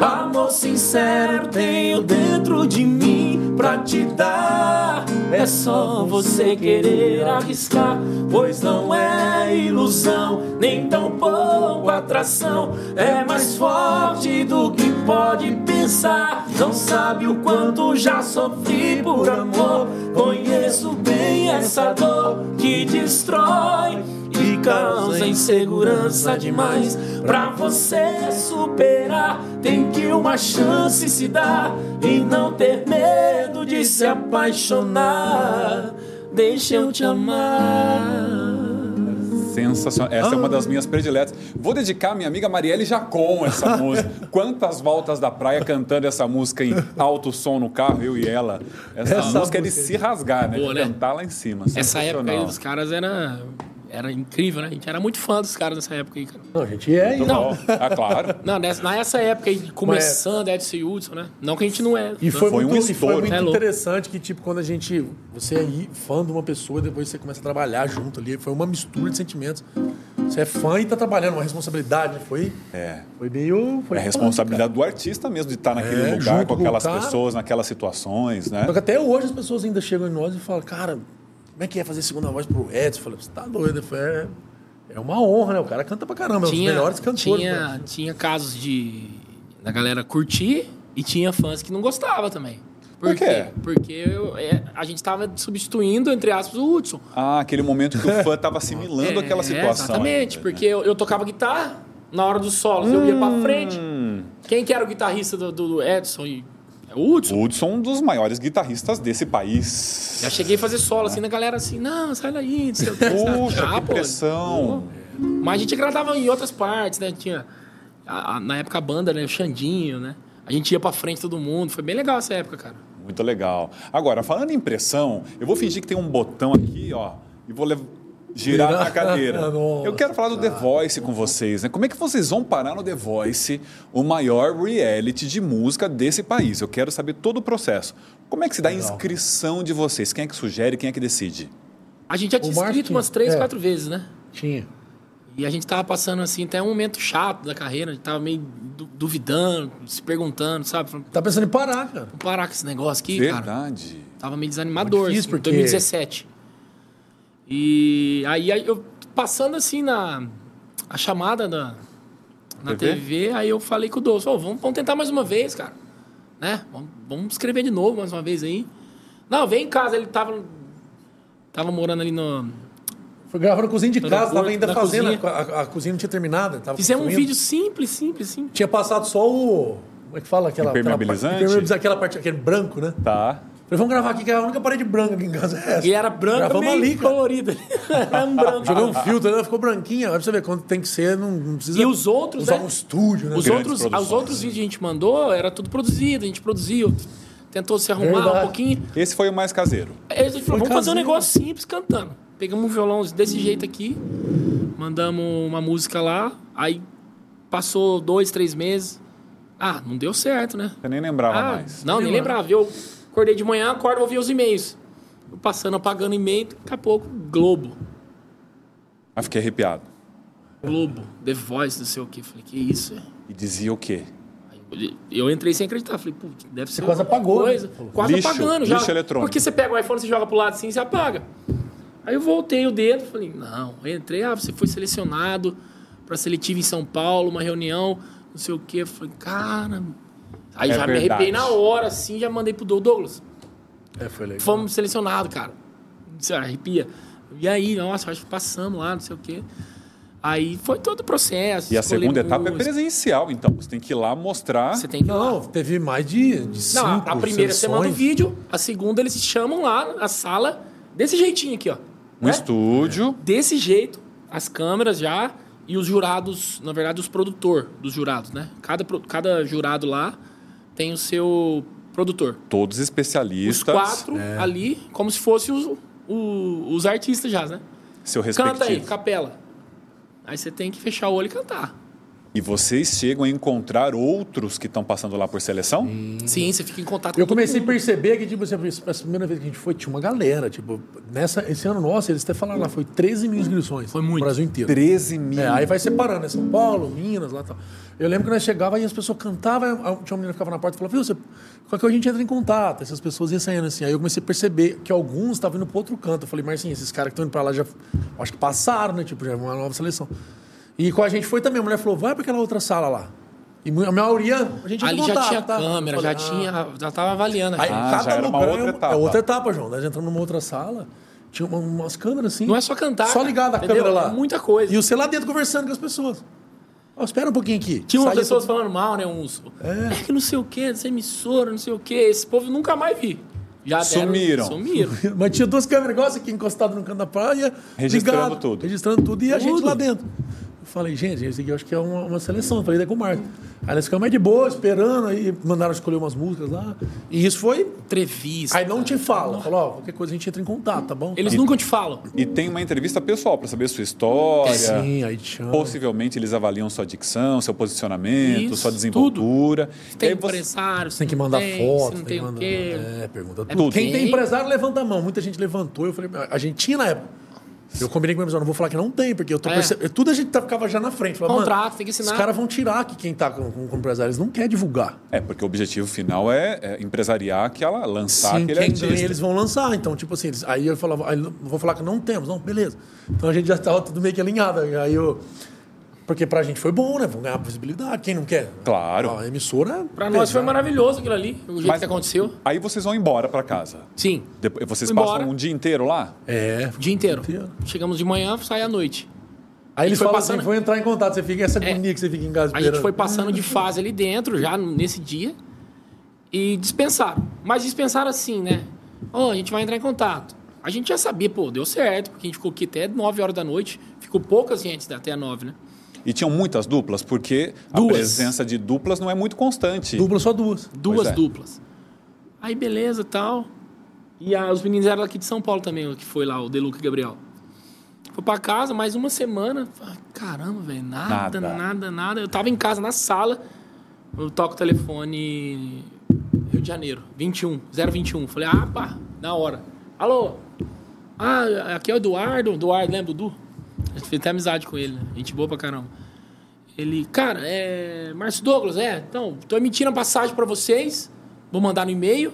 Speaker 1: Amor sincero tenho dentro de mim pra te dar. É só você querer arriscar, pois não é ilusão, nem tão pouco atração. É mais forte do que pode pensar. Não sabe o quanto já sofri por amor. Conheço bem essa dor que destrói e causa insegurança demais. Pra você superar, tem que uma chance se dar e não ter medo de se apaixonar. Deixa eu te *laughs* amar.
Speaker 2: Sensacional. Essa é uma
Speaker 1: Ah.
Speaker 2: das minhas prediletas. Vou dedicar à minha amiga Marielle
Speaker 1: *laughs*
Speaker 2: Jacon essa música. Quantas voltas da praia cantando essa música em alto som no carro, eu e ela. Essa, música, é de se rasgar, né?
Speaker 1: Boa,
Speaker 2: de
Speaker 1: né?
Speaker 2: cantar lá em cima.
Speaker 1: Essa época aí
Speaker 2: Sensacional.
Speaker 1: dos caras era, era incrível, né? A gente era muito fã dos caras nessa época aí, cara.
Speaker 3: Não, a gente é, hein?
Speaker 2: Muito bom. *laughs* Ah, claro.
Speaker 1: Não, nessa, nessa época aí, começando Edson e Hudson, né? Não que a gente não é.
Speaker 3: E foi,
Speaker 2: Foi um
Speaker 3: muito, e foi
Speaker 2: estouro.
Speaker 3: muito
Speaker 1: É louco.
Speaker 3: interessante que, tipo, quando a gente. Você é aí fã de uma pessoa e depois você começa a trabalhar junto ali. Foi uma mistura de sentimentos. Você é fã e tá trabalhando, uma responsabilidade, né? Foi,
Speaker 2: É.
Speaker 3: foi meio. Foi
Speaker 2: É a responsabilidade do artista mesmo de estar naquele
Speaker 3: É,
Speaker 2: lugar
Speaker 3: junto
Speaker 2: com
Speaker 3: com o
Speaker 2: aquelas
Speaker 3: cara.
Speaker 2: pessoas, naquelas situações, né?
Speaker 3: Só que até hoje as pessoas ainda chegam em nós e falam, cara, como é que é fazer segunda voz pro Edson? Eu falei, você tá doido? Eu falei, é, é uma honra, né? O cara canta pra caramba, é um
Speaker 1: tinha,
Speaker 3: dos melhores cantores.
Speaker 1: tinha,
Speaker 3: né?
Speaker 1: tinha casos de da galera curtir e tinha fãs que não gostava também.
Speaker 2: Por quê?
Speaker 1: Porque eu- é, a gente tava substituindo, entre aspas, o Hudson.
Speaker 2: Ah, aquele momento que o fã estava assimilando aquela
Speaker 1: *laughs* É,
Speaker 2: situação.
Speaker 1: Exatamente,
Speaker 2: ainda, né? Hum.
Speaker 1: porque eu, eu tocava guitarra na hora dos solos, eu ia pra frente. Quem que era o guitarrista do, do Edson e é o Hudson?
Speaker 2: O Hudson é um dos maiores guitarristas desse país.
Speaker 1: Já cheguei a fazer solo assim na galera assim, não, sai daí, não sei o que.
Speaker 2: Puxa,
Speaker 1: Ah,
Speaker 2: que
Speaker 1: pô,
Speaker 2: pressão.
Speaker 1: Mas a gente agradava em outras partes, né? Tinha, a- a- na época, a banda, né? O Xandinho, né? A gente ia pra frente todo mundo. Foi bem legal essa época, cara.
Speaker 2: Muito legal. Agora, falando em pressão, eu vou fingir que tem um botão aqui, ó, e vou lev- girar
Speaker 3: Girar.
Speaker 2: na cadeira.
Speaker 3: Nossa.
Speaker 2: Eu quero falar do The Voice com vocês, né? Como é que vocês vão parar no The Voice, o maior reality de música desse país? Eu quero saber todo o processo. Como é que se dá a inscrição de vocês? Quem é que sugere, quem é que decide?
Speaker 1: A gente já
Speaker 3: O
Speaker 1: tinha
Speaker 3: Marquinhos,
Speaker 1: escrito umas três,
Speaker 3: é.
Speaker 1: quatro vezes, né?
Speaker 3: Tinha.
Speaker 1: E a gente tava passando, assim, até um momento chato da carreira. A gente tava meio du- duvidando, se perguntando, sabe? Falando,
Speaker 3: Tá pensando em parar, cara.
Speaker 1: vamos parar com esse negócio aqui, cara.
Speaker 2: Verdade.
Speaker 1: Tava meio desanimador,
Speaker 3: Difícil,
Speaker 1: assim,
Speaker 3: porque-
Speaker 1: 2017. E aí, aí eu passando assim na a chamada na, na
Speaker 2: TV?
Speaker 1: TV? aí eu falei com o Doce, "Ô, vamos, vamos tentar mais uma vez, cara. Né? Vamos, vamos escrever de novo mais uma vez aí. Não, vem em casa, ele tava tava morando ali no
Speaker 3: Foi gravando cozinha de
Speaker 1: No
Speaker 3: casa, tava
Speaker 1: aeroporto,
Speaker 3: ainda
Speaker 1: na
Speaker 3: fazendo.
Speaker 1: cozinha.
Speaker 3: A, a- a cozinha não tinha terminado. Tava
Speaker 1: Fizemos um
Speaker 3: construindo.
Speaker 1: vídeo simples, simples, simples.
Speaker 3: Tinha passado só o. Como é que fala aquela.
Speaker 2: Impermeabilizante?
Speaker 3: Aquela, parte- aquela parte, aquele branco, né?
Speaker 2: Tá.
Speaker 3: Falei, vamos gravar aqui, que é a única parede branca aqui em casa é essa.
Speaker 1: Ele era branco,
Speaker 3: Gravamos
Speaker 1: meio
Speaker 3: ali, cara.
Speaker 1: colorido. *laughs* era um branco.
Speaker 3: Joguei um filtro, ela ficou branquinha. Olha pra você ver quando tem que ser, não, não precisa.
Speaker 1: E os outros,
Speaker 3: Usar
Speaker 1: né?
Speaker 3: um estúdio, né?
Speaker 1: Os
Speaker 2: Grandes
Speaker 1: outros,
Speaker 2: produções.
Speaker 1: os outros vídeos que a gente mandou, era tudo produzido, a gente produziu, tentou se arrumar
Speaker 3: Verdade.
Speaker 1: um pouquinho.
Speaker 2: Esse foi o mais caseiro.
Speaker 1: Aí a gente falou, vamos fazer um
Speaker 3: caseiro.
Speaker 1: negócio simples cantando. Pegamos um violão desse jeito aqui, mandamos uma música lá, aí passou dois, três meses. Ah, não deu certo, né?
Speaker 2: Eu nem lembrava
Speaker 1: Ah,
Speaker 2: mais.
Speaker 1: não, nem lembrava. Eu acordei de manhã, acordo, ouvi os e-mails. Eu Passando, apagando e-mail, daqui a pouco, Globo.
Speaker 2: Mas fiquei arrepiado.
Speaker 1: Globo, The Voice, não sei o quê. Falei, que isso, é?
Speaker 2: E dizia o quê?
Speaker 1: Aí eu
Speaker 4: Eu entrei sem acreditar. Falei, pô, deve ser.
Speaker 3: quase
Speaker 4: alguma
Speaker 3: apagou,
Speaker 4: Coisa.
Speaker 3: né?
Speaker 4: Quase
Speaker 2: Lixo,
Speaker 4: apagando já.
Speaker 2: lixo eletrônico.
Speaker 4: Porque você pega o iPhone, você joga pro lado assim e você apaga. Aí eu voltei o dedo, falei, não. Aí entrei, ah, você foi selecionado pra seletiva em São Paulo, uma reunião, não sei o quê. Eu Falei, cara. Aí
Speaker 2: É
Speaker 4: já me
Speaker 2: verdade.
Speaker 4: arrepiei na hora, assim, já mandei pro Douglas.
Speaker 3: É, foi legal.
Speaker 4: Fomos selecionados, cara. Você arrepia. E aí, nossa, acho que passamos lá, não sei o quê. Aí foi todo o processo.
Speaker 2: E a
Speaker 4: escolher
Speaker 2: segunda etapa é
Speaker 4: música.
Speaker 2: presencial, então. Você tem que ir lá mostrar.
Speaker 4: Você tem que ir lá.
Speaker 3: Não, teve mais de, de cinco
Speaker 4: Não, a- a primeira você manda o
Speaker 3: sessões.
Speaker 4: vídeo, a segunda eles te chamam lá na sala, desse jeitinho aqui, ó.
Speaker 2: Um
Speaker 4: Né?
Speaker 2: estúdio.
Speaker 4: Desse jeito, as câmeras já e os jurados, na verdade, os produtor dos jurados, né? Cada, pro- cada jurado lá tem o seu produtor.
Speaker 2: Todos
Speaker 4: Os
Speaker 2: especialistas.
Speaker 4: quatro
Speaker 3: É.
Speaker 4: ali, como se fossem os, o- os artistas já, né?
Speaker 2: Seu respectivo.
Speaker 4: Canta aí, capela. Aí você tem que fechar o olho e cantar.
Speaker 2: E vocês chegam a encontrar outros que estão passando lá por seleção?
Speaker 4: Sim, você fica em contato
Speaker 3: Hum. Eu
Speaker 4: todo
Speaker 3: comecei a
Speaker 4: mundo.
Speaker 3: perceber que, tipo, assim, a primeira vez que a gente foi, tinha uma galera. Tipo, nessa, esse ano nosso, eles até falaram lá, foi 13 mil inscrições.
Speaker 4: Foi muito.
Speaker 3: No Brasil inteiro.
Speaker 2: 13 mil.
Speaker 3: É, aí vai separando, né? São Paulo, Minas, lá e tal. Eu lembro que nós chegava e as pessoas cantavam, aí tinha uma menina que ficava na porta e falava, viu, você, qualquer hora a gente entra em contato. Essas pessoas iam saindo assim. Aí eu comecei a perceber que alguns estavam indo pro outro canto. Eu falei, Marcinho, esses caras que estão indo pra lá já, acho que passaram, né? Tipo, já é uma nova seleção. E com a gente foi também, a mulher falou, vai pra aquela outra sala lá. E mu- a maioria, a gente
Speaker 4: Ali
Speaker 3: entra em
Speaker 4: já
Speaker 3: contato,
Speaker 4: tinha
Speaker 3: tá?
Speaker 4: câmera,
Speaker 3: Eu
Speaker 4: já
Speaker 3: falei, "Ah,
Speaker 4: tinha. Já tava avaliando.
Speaker 3: Aí,
Speaker 4: já.
Speaker 2: Ah, já
Speaker 3: cada
Speaker 2: era uma
Speaker 3: lugar é
Speaker 2: outra
Speaker 3: uma-
Speaker 2: etapa.
Speaker 3: É outra etapa, João. Nós entramos numa outra sala, tinha uma- umas câmeras assim.
Speaker 4: Não é só cantar,
Speaker 3: Só
Speaker 4: cara,
Speaker 3: ligada a
Speaker 4: entendeu?
Speaker 3: câmera lá.
Speaker 4: É muita coisa.
Speaker 3: E você lá dentro conversando com as pessoas. Ó, espera um pouquinho aqui.
Speaker 4: Tinha umas
Speaker 3: Saía
Speaker 4: pessoas falando mal, né? Uns. É. que não sei o quê, dessa emissora, não sei o quê. Esse povo eu nunca mais vi. Já deram-
Speaker 2: Sumiram.
Speaker 4: Sumiram.
Speaker 3: *laughs* pra- Mas tinha duas câmeras igual essa aqui encostadas no canto da praia.
Speaker 2: Registrando
Speaker 3: ligado,
Speaker 2: tudo.
Speaker 3: Registrando tudo e a gente
Speaker 4: Tudo.
Speaker 3: lá dentro. Eu falei, gente, esse aqui eu acho que é uma, uma seleção. Eu falei, daí com o Marco. Aí nós ficamos mais de boa, esperando. Aí mandaram escolher umas músicas lá. E isso foi...
Speaker 4: Entrevista.
Speaker 3: Aí não te fala. Falou, ó, qualquer coisa a gente entra em contato, tá bom?
Speaker 4: Eles nunca te falam.
Speaker 2: E tem uma entrevista pessoal para saber sua história.
Speaker 3: Sim, aí te chama.
Speaker 2: Possivelmente eles avaliam sua dicção, seu posicionamento,
Speaker 4: Isso,
Speaker 2: sua desenvoltura. E
Speaker 4: Tem
Speaker 2: aí você-
Speaker 4: empresário, se
Speaker 3: Tem que mandar
Speaker 4: tem,
Speaker 3: foto,
Speaker 4: se
Speaker 3: tem
Speaker 4: não tem,
Speaker 3: que
Speaker 4: o
Speaker 3: mandar-
Speaker 4: quê.
Speaker 3: É, pergunta
Speaker 4: É
Speaker 3: tudo. Quem
Speaker 4: bem-
Speaker 3: tem empresário, levanta a mão. Muita gente levantou. Eu falei, a gente tinha na época. Eu combinei com o meu empresário, não vou falar que não tem, porque eu tô
Speaker 4: É.
Speaker 3: percebendo. Tudo a gente tá- ficava já na frente. Falava,
Speaker 4: Contrato,
Speaker 3: mano,
Speaker 4: tem que assinar.
Speaker 3: Os caras vão tirar que quem tá com, com, com empresário, eles não querem divulgar.
Speaker 2: É, porque o objetivo final é, é empresariar aquela, lançar
Speaker 3: Sim,
Speaker 4: é
Speaker 2: aquele
Speaker 3: quem
Speaker 2: artista.
Speaker 3: ganha, eles vão lançar. Então, tipo assim, eles- aí eu falava, aí eu não vou falar que não temos, não, beleza. Então a gente já tava tudo meio que alinhado. Aí eu. Porque pra gente foi bom, né? Vão ganhar visibilidade. Quem não quer?
Speaker 2: Claro.
Speaker 3: Ó, A emissora.
Speaker 4: Pra nós foi
Speaker 3: pesada.
Speaker 4: maravilhoso aquilo ali, o jeito
Speaker 2: Mas-
Speaker 4: que aconteceu.
Speaker 2: Aí vocês vão embora para casa.
Speaker 4: Sim.
Speaker 2: Depois, vocês
Speaker 4: Embora.
Speaker 2: passam um dia inteiro lá?
Speaker 3: É,
Speaker 4: O dia inteiro.
Speaker 3: inteiro.
Speaker 4: Chegamos de manhã, sai à noite.
Speaker 3: Aí eles
Speaker 4: foi
Speaker 3: falam
Speaker 4: passando-
Speaker 3: assim, vou entrar em contato, você fica essa agonia que você fica em casa
Speaker 4: É. A
Speaker 3: esperando.
Speaker 4: gente foi passando de fase ali dentro, já nesse dia, e dispensaram. Mas dispensaram assim, né? Ó, a gente vai entrar em contato. A gente já sabia, pô, deu certo, porque a gente ficou aqui até 9 horas da noite. Ficou poucas gente até 9, né?
Speaker 2: E tinham muitas duplas, porque a
Speaker 4: Duas.
Speaker 2: presença de duplas não é muito constante.
Speaker 3: Dupla só duas.
Speaker 4: Duas
Speaker 2: é.
Speaker 4: duplas. Aí, beleza, tal. E a- os meninos eram aqui de São Paulo também, o que foi lá, o Deluca e Gabriel. Foi pra casa, mais uma semana. Falei, Caramba, velho, nada,
Speaker 2: Nada.
Speaker 4: nada, nada, Eu tava em casa, na sala. Eu toco o telefone Rio de Janeiro, 21, 021. Falei, ah, pá, na hora. Alô? Ah, aqui é o Eduardo. Eduardo, lembra, Dudu? A gente fez até amizade com ele, né? Gente boa pra caramba. Ele, cara, é. Márcio Douglas, é. Então, tô emitindo a passagem pra vocês. Vou mandar no e-mail.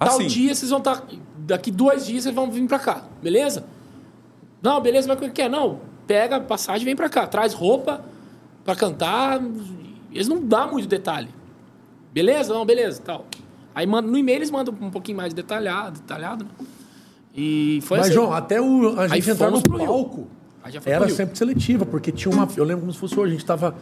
Speaker 2: Ah,
Speaker 4: Tal
Speaker 2: sim.
Speaker 4: dia vocês vão estar. Daqui dois dias vocês vão vir pra cá, beleza? Não, beleza, mas o que é? Não, pega a passagem e vem pra cá. Traz roupa pra cantar. Eles não dão muito detalhe. Beleza? Não, beleza, tal. Aí manda, no e-mail eles mandam um pouquinho mais detalhado, detalhado, né? E foi
Speaker 3: Mas,
Speaker 4: assim.
Speaker 3: João, até o, a
Speaker 4: Aí
Speaker 3: gente entrar
Speaker 4: fomos
Speaker 3: no
Speaker 4: pro Rio.
Speaker 3: palco,
Speaker 4: Aí já foi pro
Speaker 3: era
Speaker 4: Rio.
Speaker 3: sempre seletiva, porque tinha uma... Eu lembro como se fosse hoje, a gente tava...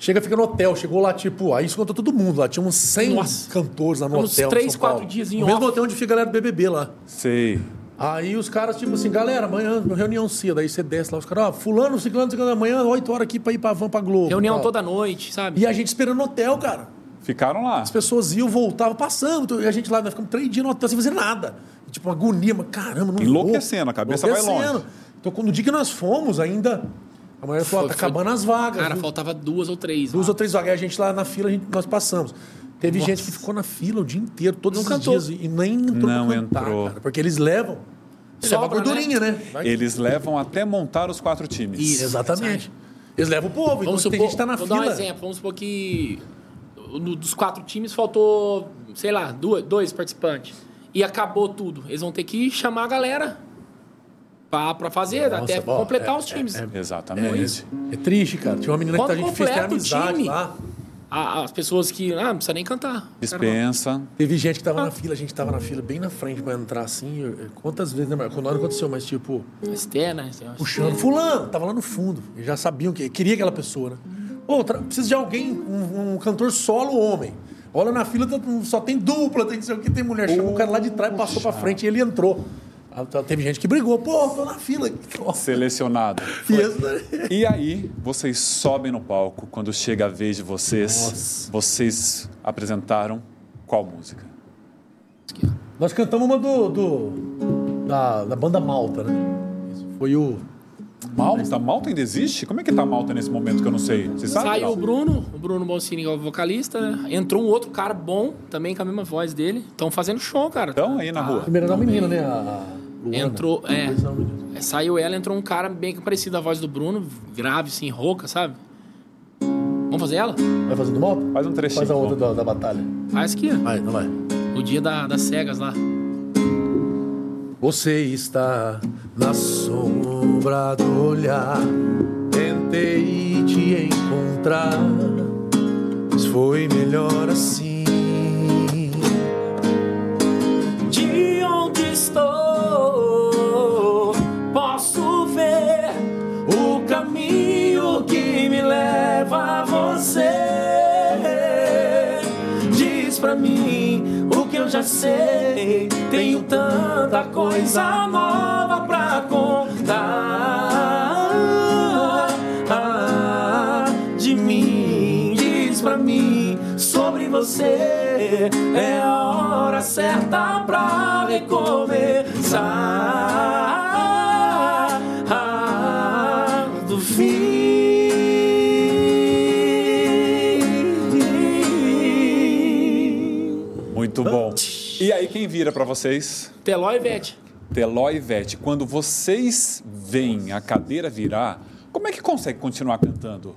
Speaker 3: Chega, fica no hotel, chegou lá, tipo, aí isso contou todo mundo lá. Tinha uns 100
Speaker 4: Nossa.
Speaker 3: cantores lá no
Speaker 4: Uns
Speaker 3: hotel. em
Speaker 4: três,
Speaker 3: São Paulo.
Speaker 4: quatro dias em
Speaker 3: O mesmo
Speaker 4: off.
Speaker 3: hotel onde fica a galera do BBB lá.
Speaker 2: Sei.
Speaker 3: Aí os caras, tipo assim, galera, amanhã, reunião cedo. Aí você desce lá, os caras, ó, fulano, ciclano, ciclano, amanhã, 8 horas aqui pra ir pra van, pra Globo.
Speaker 4: Reunião
Speaker 3: tal.
Speaker 4: toda noite, sabe?
Speaker 3: E a gente esperando no hotel, cara.
Speaker 2: Ficaram lá.
Speaker 3: As pessoas iam, voltavam, passando. então, E a gente lá, nós ficamos três dias no hotel sem fazer nada. E, tipo, uma agonia, mas caramba, não
Speaker 2: Enlouquecendo,
Speaker 3: vou.
Speaker 2: a cabeça vai longe.
Speaker 3: Então, quando o dia que nós fomos, ainda... A mulher falou, ó, tá
Speaker 4: Foi- foi-
Speaker 3: acabando as vagas.
Speaker 4: Cara,
Speaker 3: viu?
Speaker 4: faltava duas ou três.
Speaker 3: Duas
Speaker 4: lá.
Speaker 3: ou três vagas. E a gente lá na fila, a gente, nós passamos. Teve gente que ficou na fila o dia inteiro, todos
Speaker 4: Não
Speaker 3: os
Speaker 4: cantou.
Speaker 3: dias. E nem entrou
Speaker 2: Não
Speaker 3: pra cantar,
Speaker 2: entrou.
Speaker 3: cara. Porque eles levam... Isso é uma
Speaker 4: Sobra, né?
Speaker 3: gordurinha, né? Vai-
Speaker 2: Eles levam até montar os quatro times.
Speaker 4: Isso.
Speaker 3: Exatamente. Eles levam o povo. Então,
Speaker 4: Vamos
Speaker 3: tem
Speaker 4: supor,
Speaker 3: gente que tá na
Speaker 4: vou um
Speaker 3: fila.
Speaker 4: dar um exemplo. Vamos supor que
Speaker 1: no- dos quatro times faltou, sei lá, duas, dois participantes. E acabou tudo. Eles vão ter que chamar a galera pra, pra fazer,
Speaker 3: Nossa,
Speaker 1: até
Speaker 3: bom,
Speaker 1: completar
Speaker 3: é-
Speaker 1: os times.
Speaker 3: é-
Speaker 2: Exatamente.
Speaker 3: É triste, cara. Tinha uma menina
Speaker 1: Quando
Speaker 3: que a gente fez ter
Speaker 1: completa o
Speaker 3: amizade
Speaker 1: time.
Speaker 3: lá.
Speaker 1: A- As pessoas que. Ah, não precisa nem cantar.
Speaker 2: Dispensa.
Speaker 3: Teve gente que tava na fila, a gente tava na fila bem na frente pra entrar assim. eu- eu- quantas vezes, né, Marco? Quando hora aconteceu, mas tipo,
Speaker 1: Externa.
Speaker 3: puxando. Fulano, tava lá no fundo. Eles já sabiam que queria aquela pessoa, né? Pô, tra- precisa de alguém, um, um cantor solo homem. Olha na fila, tá- só tem dupla, tem que ser o que tem mulher. Chama o cara lá de trás, passou pra frente e ele entrou. Ah, tá, Teve gente que brigou, pô, tô na fila. Nossa,
Speaker 2: Selecionado.
Speaker 3: isso, né?
Speaker 2: E aí, vocês sobem no palco quando chega a vez de vocês. Vocês apresentaram qual música?
Speaker 3: *laughs* Nós cantamos uma do. do- da, da banda Malta, né? Isso foi o.
Speaker 2: Malta? Malta ainda existe? Como é que tá Malta nesse momento que eu não sei? Você sabe?
Speaker 1: Saiu
Speaker 2: não?
Speaker 1: o Bruno, o Bruno Boncini é o vocalista, né? Entrou um outro cara bom, também com a mesma voz dele. Estão fazendo show, cara.
Speaker 2: Então, aí na rua.
Speaker 3: Primeiro era uma menina, né? A Luana.
Speaker 1: Entrou, é.
Speaker 3: Depois era uma menina.
Speaker 1: É, Saiu ela, entrou um cara bem parecido à voz do Bruno, grave, assim, rouca, sabe? Vamos fazer ela?
Speaker 3: Vai fazendo Malta?
Speaker 2: Faz um trechinho,
Speaker 3: Faz a outra da, da batalha.
Speaker 1: Faz aqui, ó.
Speaker 3: Vai, não vai.
Speaker 1: O dia da- das cegas lá.
Speaker 3: Você está na sombra do olhar. Tentei te encontrar, mas foi melhor assim.
Speaker 1: De onde estou, posso ver o caminho que me leva a você. Diz pra mim o que eu já sei. Tenho tanta coisa nova pra contar de mim. Diz pra mim sobre você. É a hora certa pra recomeçar do fim.
Speaker 2: Muito bom. E aí, quem vira pra vocês?
Speaker 1: Teló e Vete.
Speaker 2: Teló e Vete, quando vocês veem a cadeira virar, como é que consegue continuar cantando?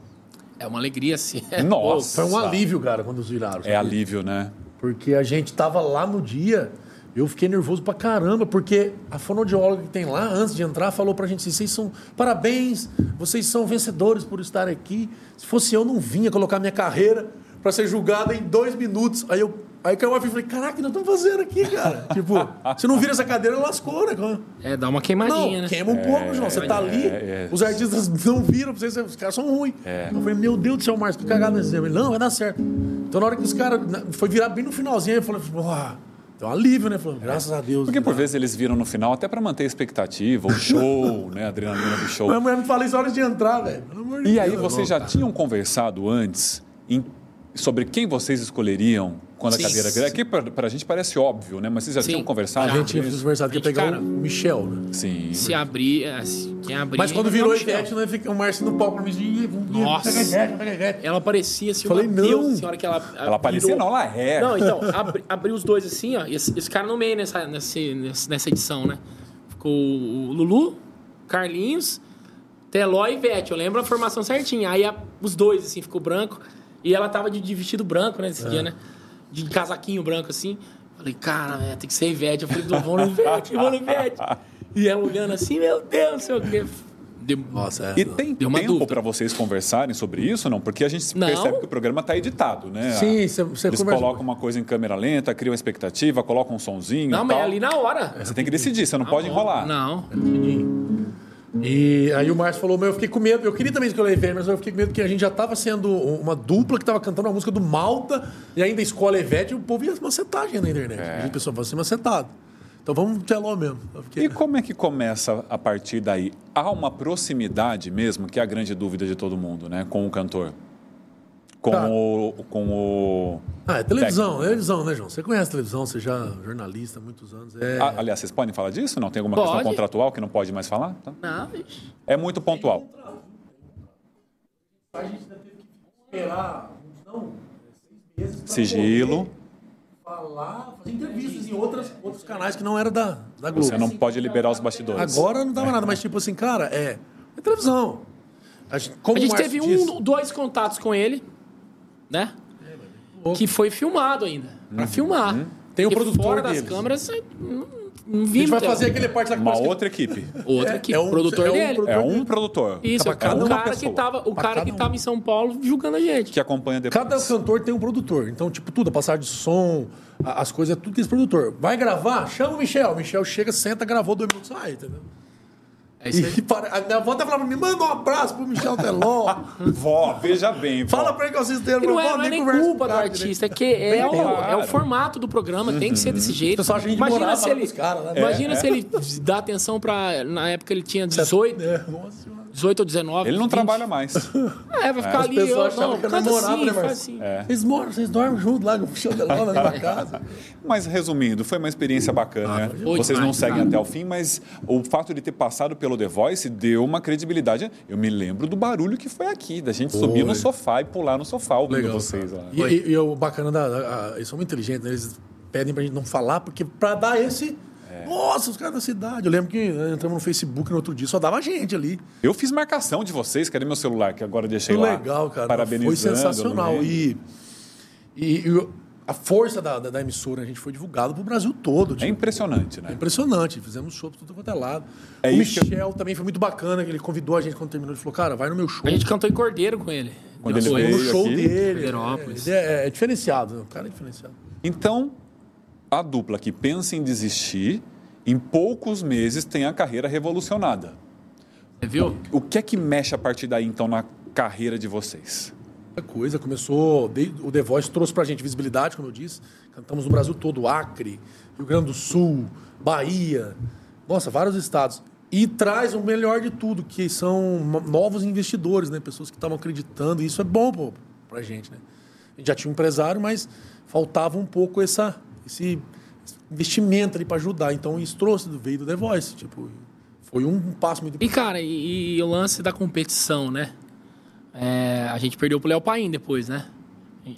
Speaker 1: É uma alegria, sim.
Speaker 2: Nossa!
Speaker 3: Foi um alívio, cara, quando os viraram.
Speaker 2: É alívio, né?
Speaker 3: Porque a gente tava lá no dia, eu fiquei nervoso pra caramba, porque a fonoaudióloga que tem lá, antes de entrar, falou pra gente assim, vocês são, parabéns, vocês são vencedores por estar aqui. Se fosse eu, não vinha colocar minha carreira pra ser julgada em dois minutos. Aí eu, aí caiu uma ficha e falei, caraca, o que nós estamos fazendo aqui, cara? *laughs* tipo, se não vira essa cadeira, lascou, né?
Speaker 1: *laughs* É, dá uma
Speaker 3: Não,
Speaker 1: queimadinha, né?
Speaker 3: queima um pouco, João. Você tá ali,
Speaker 2: é, é.
Speaker 3: os artistas não viram, pra vocês, os caras são ruins. Eu falei, meu Deus do céu, Márcio, que cagada nesse exemplo. Ele, não, vai dar certo. Então, na hora que os caras. na- Foi virar bem no finalzinho, eu falei, ó, deu um alívio, né? Falei, graças a Deus.
Speaker 2: Porque por vezes eles viram no final até pra manter a expectativa, o
Speaker 1: *laughs*
Speaker 2: show, né? A adrenalina do show.
Speaker 3: Minha mulher me falou isso na hora de entrar, velho. Pelo amor de
Speaker 2: E aí
Speaker 3: Deus.
Speaker 2: vocês já tinham conversado antes em- sobre quem vocês escolheriam quando
Speaker 1: Sim.
Speaker 2: a cadeira virar? Que pra, pra gente parece óbvio, né? Mas vocês já
Speaker 1: Sim.
Speaker 2: tinham
Speaker 3: A
Speaker 2: conversado?
Speaker 1: Já.
Speaker 3: gente tinha conversado que ia
Speaker 1: Gente,
Speaker 3: pegar
Speaker 1: cara.
Speaker 3: o Michel, né?
Speaker 2: Sim.
Speaker 1: Se abrir, é, se- quem abrir.
Speaker 3: Mas quando
Speaker 1: não
Speaker 3: virou o
Speaker 1: mexeu.
Speaker 3: Ivete, nós ficamos o Márcio no palco pra mim. assim, "Ih,
Speaker 1: Nossa.
Speaker 3: pega a Ivete, pega a Ivete."
Speaker 1: Ela parecia assim,
Speaker 3: Falei,
Speaker 1: uma deusa,
Speaker 3: não.
Speaker 1: assim, a hora que ela.
Speaker 2: Ela parecia não, ela é.
Speaker 1: Não, então, abri, abriu os dois assim, ó. e Esse, esse cara no meio nessa, nesse- nesse- nessa edição, né? Ficou o Lulu, Carlinhos, Teló e Vete. Eu lembro a formação certinha. Aí a- os dois, assim, ficou branco. E ela tava de, de vestido branco, né, nesse dia, né? De casaquinho branco, assim. Falei, cara, é, tem que ser Ivete. Eu falei, vamos no Ivete, vamos no Ivete. E ela olhando assim, meu Deus, não sei o quê. Deu-
Speaker 3: Nossa, é.
Speaker 2: E tem
Speaker 1: Deu uma
Speaker 2: tempo
Speaker 1: dúvida.
Speaker 2: pra vocês conversarem sobre isso, não? Porque a gente
Speaker 1: Não.
Speaker 2: percebe que o programa tá editado, né?
Speaker 3: Sim, você- você
Speaker 2: Eles
Speaker 3: conversa-
Speaker 2: colocam uma coisa em câmera lenta, criam uma expectativa, colocam um sonzinho
Speaker 1: Não,
Speaker 2: e
Speaker 1: mas
Speaker 2: tal.
Speaker 1: é Tá ali na hora.
Speaker 2: Você tem que decidir, você não pode enrolar.
Speaker 1: Não.
Speaker 3: E aí o Márcio falou, mas eu fiquei com medo. Eu queria também escolher Evete, mas eu fiquei com medo que a gente já tava sendo uma dupla que tava cantando uma música do Malta e ainda escolhe Evete e o povo ia macetar a gente na internet.
Speaker 2: É.
Speaker 3: A gente pensou, vai ser macetado. Então vamos no teló mesmo. Eu fiquei-
Speaker 2: E como é que começa a partir daí? Há uma proximidade mesmo, que é a grande dúvida de todo mundo, né? Com o cantor. Com
Speaker 3: Tá.
Speaker 2: o. Com o.
Speaker 3: Ah, é televisão, é televisão, né, João? Você conhece televisão, você já é jornalista há muitos anos. É...
Speaker 2: Ah, aliás, vocês podem falar disso? Não? Tem alguma
Speaker 1: Pode.
Speaker 2: questão contratual que não pode mais falar? Tá.
Speaker 1: Não, bicho.
Speaker 2: É muito pontual.
Speaker 3: A gente ainda teve que esperar, não, seis meses pra
Speaker 2: Sigilo.
Speaker 3: falar, fazer entrevistas em outras, outros canais que não era da, da Globo.
Speaker 2: Você não pode liberar os bastidores.
Speaker 3: Agora não dava nada, mas tipo assim, cara, é, é televisão. A gente, como
Speaker 1: A gente
Speaker 4: um,
Speaker 2: um
Speaker 3: o Márcio
Speaker 1: teve
Speaker 3: disse,
Speaker 1: um, dois contatos com ele, né?
Speaker 3: louco.
Speaker 4: que foi filmado ainda.
Speaker 2: Uhum.
Speaker 4: Pra filmar.
Speaker 3: Tem o
Speaker 4: Porque
Speaker 3: produtor
Speaker 4: Fora das
Speaker 3: deles.
Speaker 4: câmeras, é, não, não
Speaker 3: A
Speaker 4: vi
Speaker 3: gente vai
Speaker 4: muita-
Speaker 3: fazer aquele parte da
Speaker 2: Uma
Speaker 3: conversa que- assim,
Speaker 2: outra equipe.
Speaker 4: Então, Outra
Speaker 3: É,
Speaker 4: que
Speaker 3: é um-
Speaker 4: produtor
Speaker 3: é um
Speaker 4: dele.
Speaker 3: produtor.
Speaker 2: É um produtor.
Speaker 4: Isso,
Speaker 2: Pra cada
Speaker 4: o
Speaker 2: uma
Speaker 4: cara que
Speaker 2: pessoa
Speaker 4: tava, o
Speaker 3: Pra
Speaker 4: cara
Speaker 3: cada
Speaker 4: que
Speaker 3: um.
Speaker 4: tava em São Paulo julgando a gente.
Speaker 2: Que acompanha depois.
Speaker 3: Cada cantor tem um produtor. Então, tipo, tudo, a passagem de som, a- as coisas, é tudo que esse produtor. Vai gravar? Chama o Michel. O Michel chega, senta, gravou dois minutos, sai, entendeu?
Speaker 4: É isso aí.
Speaker 3: E para, a minha avó até falava pra mim, manda um abraço pro Michel
Speaker 4: *laughs*
Speaker 3: Teló.
Speaker 2: Vó, veja bem. Vó.
Speaker 3: Fala pra ele que eu assisto ele.
Speaker 4: E não
Speaker 3: meu
Speaker 4: é,
Speaker 3: avô,
Speaker 4: não é nem
Speaker 3: conversa com
Speaker 4: culpa
Speaker 3: o
Speaker 4: do
Speaker 3: cara
Speaker 4: artista, é que é o, é o
Speaker 2: Claro.
Speaker 4: formato do programa, tem que ser desse jeito.
Speaker 3: pessoal acha Uhum. que a gente
Speaker 4: imagina
Speaker 3: morava
Speaker 4: se
Speaker 3: lá
Speaker 4: ele,
Speaker 3: com os caras, né?
Speaker 4: imagina se ele dá atenção pra. Na época ele tinha
Speaker 3: direito.
Speaker 4: 18,
Speaker 3: É, nossa senhora.
Speaker 4: 18 ou 19.
Speaker 2: Ele não
Speaker 4: 20.
Speaker 2: trabalha mais. É.
Speaker 4: É, vai ficar ali.
Speaker 3: O pessoal
Speaker 4: Eu,
Speaker 3: achava
Speaker 4: não,
Speaker 3: que eu
Speaker 4: faz
Speaker 3: namorava,
Speaker 4: assim,
Speaker 3: né,
Speaker 4: faz
Speaker 3: Marcelo?
Speaker 4: assim.
Speaker 3: Vocês moram, vocês dormem junto lá com o Michel Teló na
Speaker 4: *laughs*
Speaker 3: minha casa.
Speaker 2: Mas resumindo, foi uma experiência bacana. né?
Speaker 4: foi
Speaker 2: Vocês não
Speaker 4: demais,
Speaker 2: seguem
Speaker 4: cara.
Speaker 2: até o fim, mas o fato de ter passado pelo The Voice deu uma credibilidade. Eu me lembro do barulho que foi aqui, da gente subir no sofá e pular no sofá ouvindo vocês lá.
Speaker 3: E, e, e o bacana da. a- a- eles são muito inteligentes, né? Eles pedem pra gente não falar, porque pra dar esse.
Speaker 2: É.
Speaker 3: Nossa, os caras da cidade. Eu lembro que né, entramos no Facebook no outro dia, só dava gente ali.
Speaker 2: Eu fiz marcação de vocês, cadê meu celular que agora eu deixei
Speaker 3: Muito
Speaker 2: lá?
Speaker 3: legal, cara.
Speaker 2: Parabenizando.
Speaker 3: Foi sensacional.
Speaker 2: né?
Speaker 3: E, e- e o- a força da, da, da emissora, a gente foi divulgado pro Brasil todo.
Speaker 2: É
Speaker 3: Tipo,
Speaker 2: impressionante, né?
Speaker 3: Impressionante, fizemos show pra tudo quanto é lado.
Speaker 2: É
Speaker 3: o
Speaker 2: isso que eu-
Speaker 3: Michel também foi muito bacana, que ele convidou a gente quando terminou, ele falou, cara, vai no meu show.
Speaker 4: A gente cantou em Cordeiro com ele.
Speaker 2: Quando ele
Speaker 4: Foi.
Speaker 3: Foi no
Speaker 2: veio
Speaker 3: show
Speaker 2: aqui.
Speaker 3: dele.
Speaker 4: Pedrópolis.
Speaker 3: É, é, é diferenciado, né? o cara é diferenciado.
Speaker 2: Então, a dupla que pensa em desistir, em poucos meses tem a carreira revolucionada.
Speaker 4: Você viu?
Speaker 2: O que é que mexe a partir daí, então, na carreira de vocês?
Speaker 3: Muita coisa. Começou. de- O The Voice trouxe pra gente visibilidade, como eu disse. Cantamos no Brasil todo, Acre, Rio Grande do Sul, Bahia. Nossa, vários estados. E traz o melhor de tudo, que são no- novos investidores, né? Pessoas que estavam acreditando. E isso é bom pô, pra gente, né? A gente já tinha um empresário, mas faltava um pouco essa, esse investimento ali pra ajudar. Então isso trouxe, veio do The Voice. Tipo, foi um passo muito
Speaker 4: E, cara, e, e o lance da competição, né? É, a gente perdeu pro Léo Paim depois, né?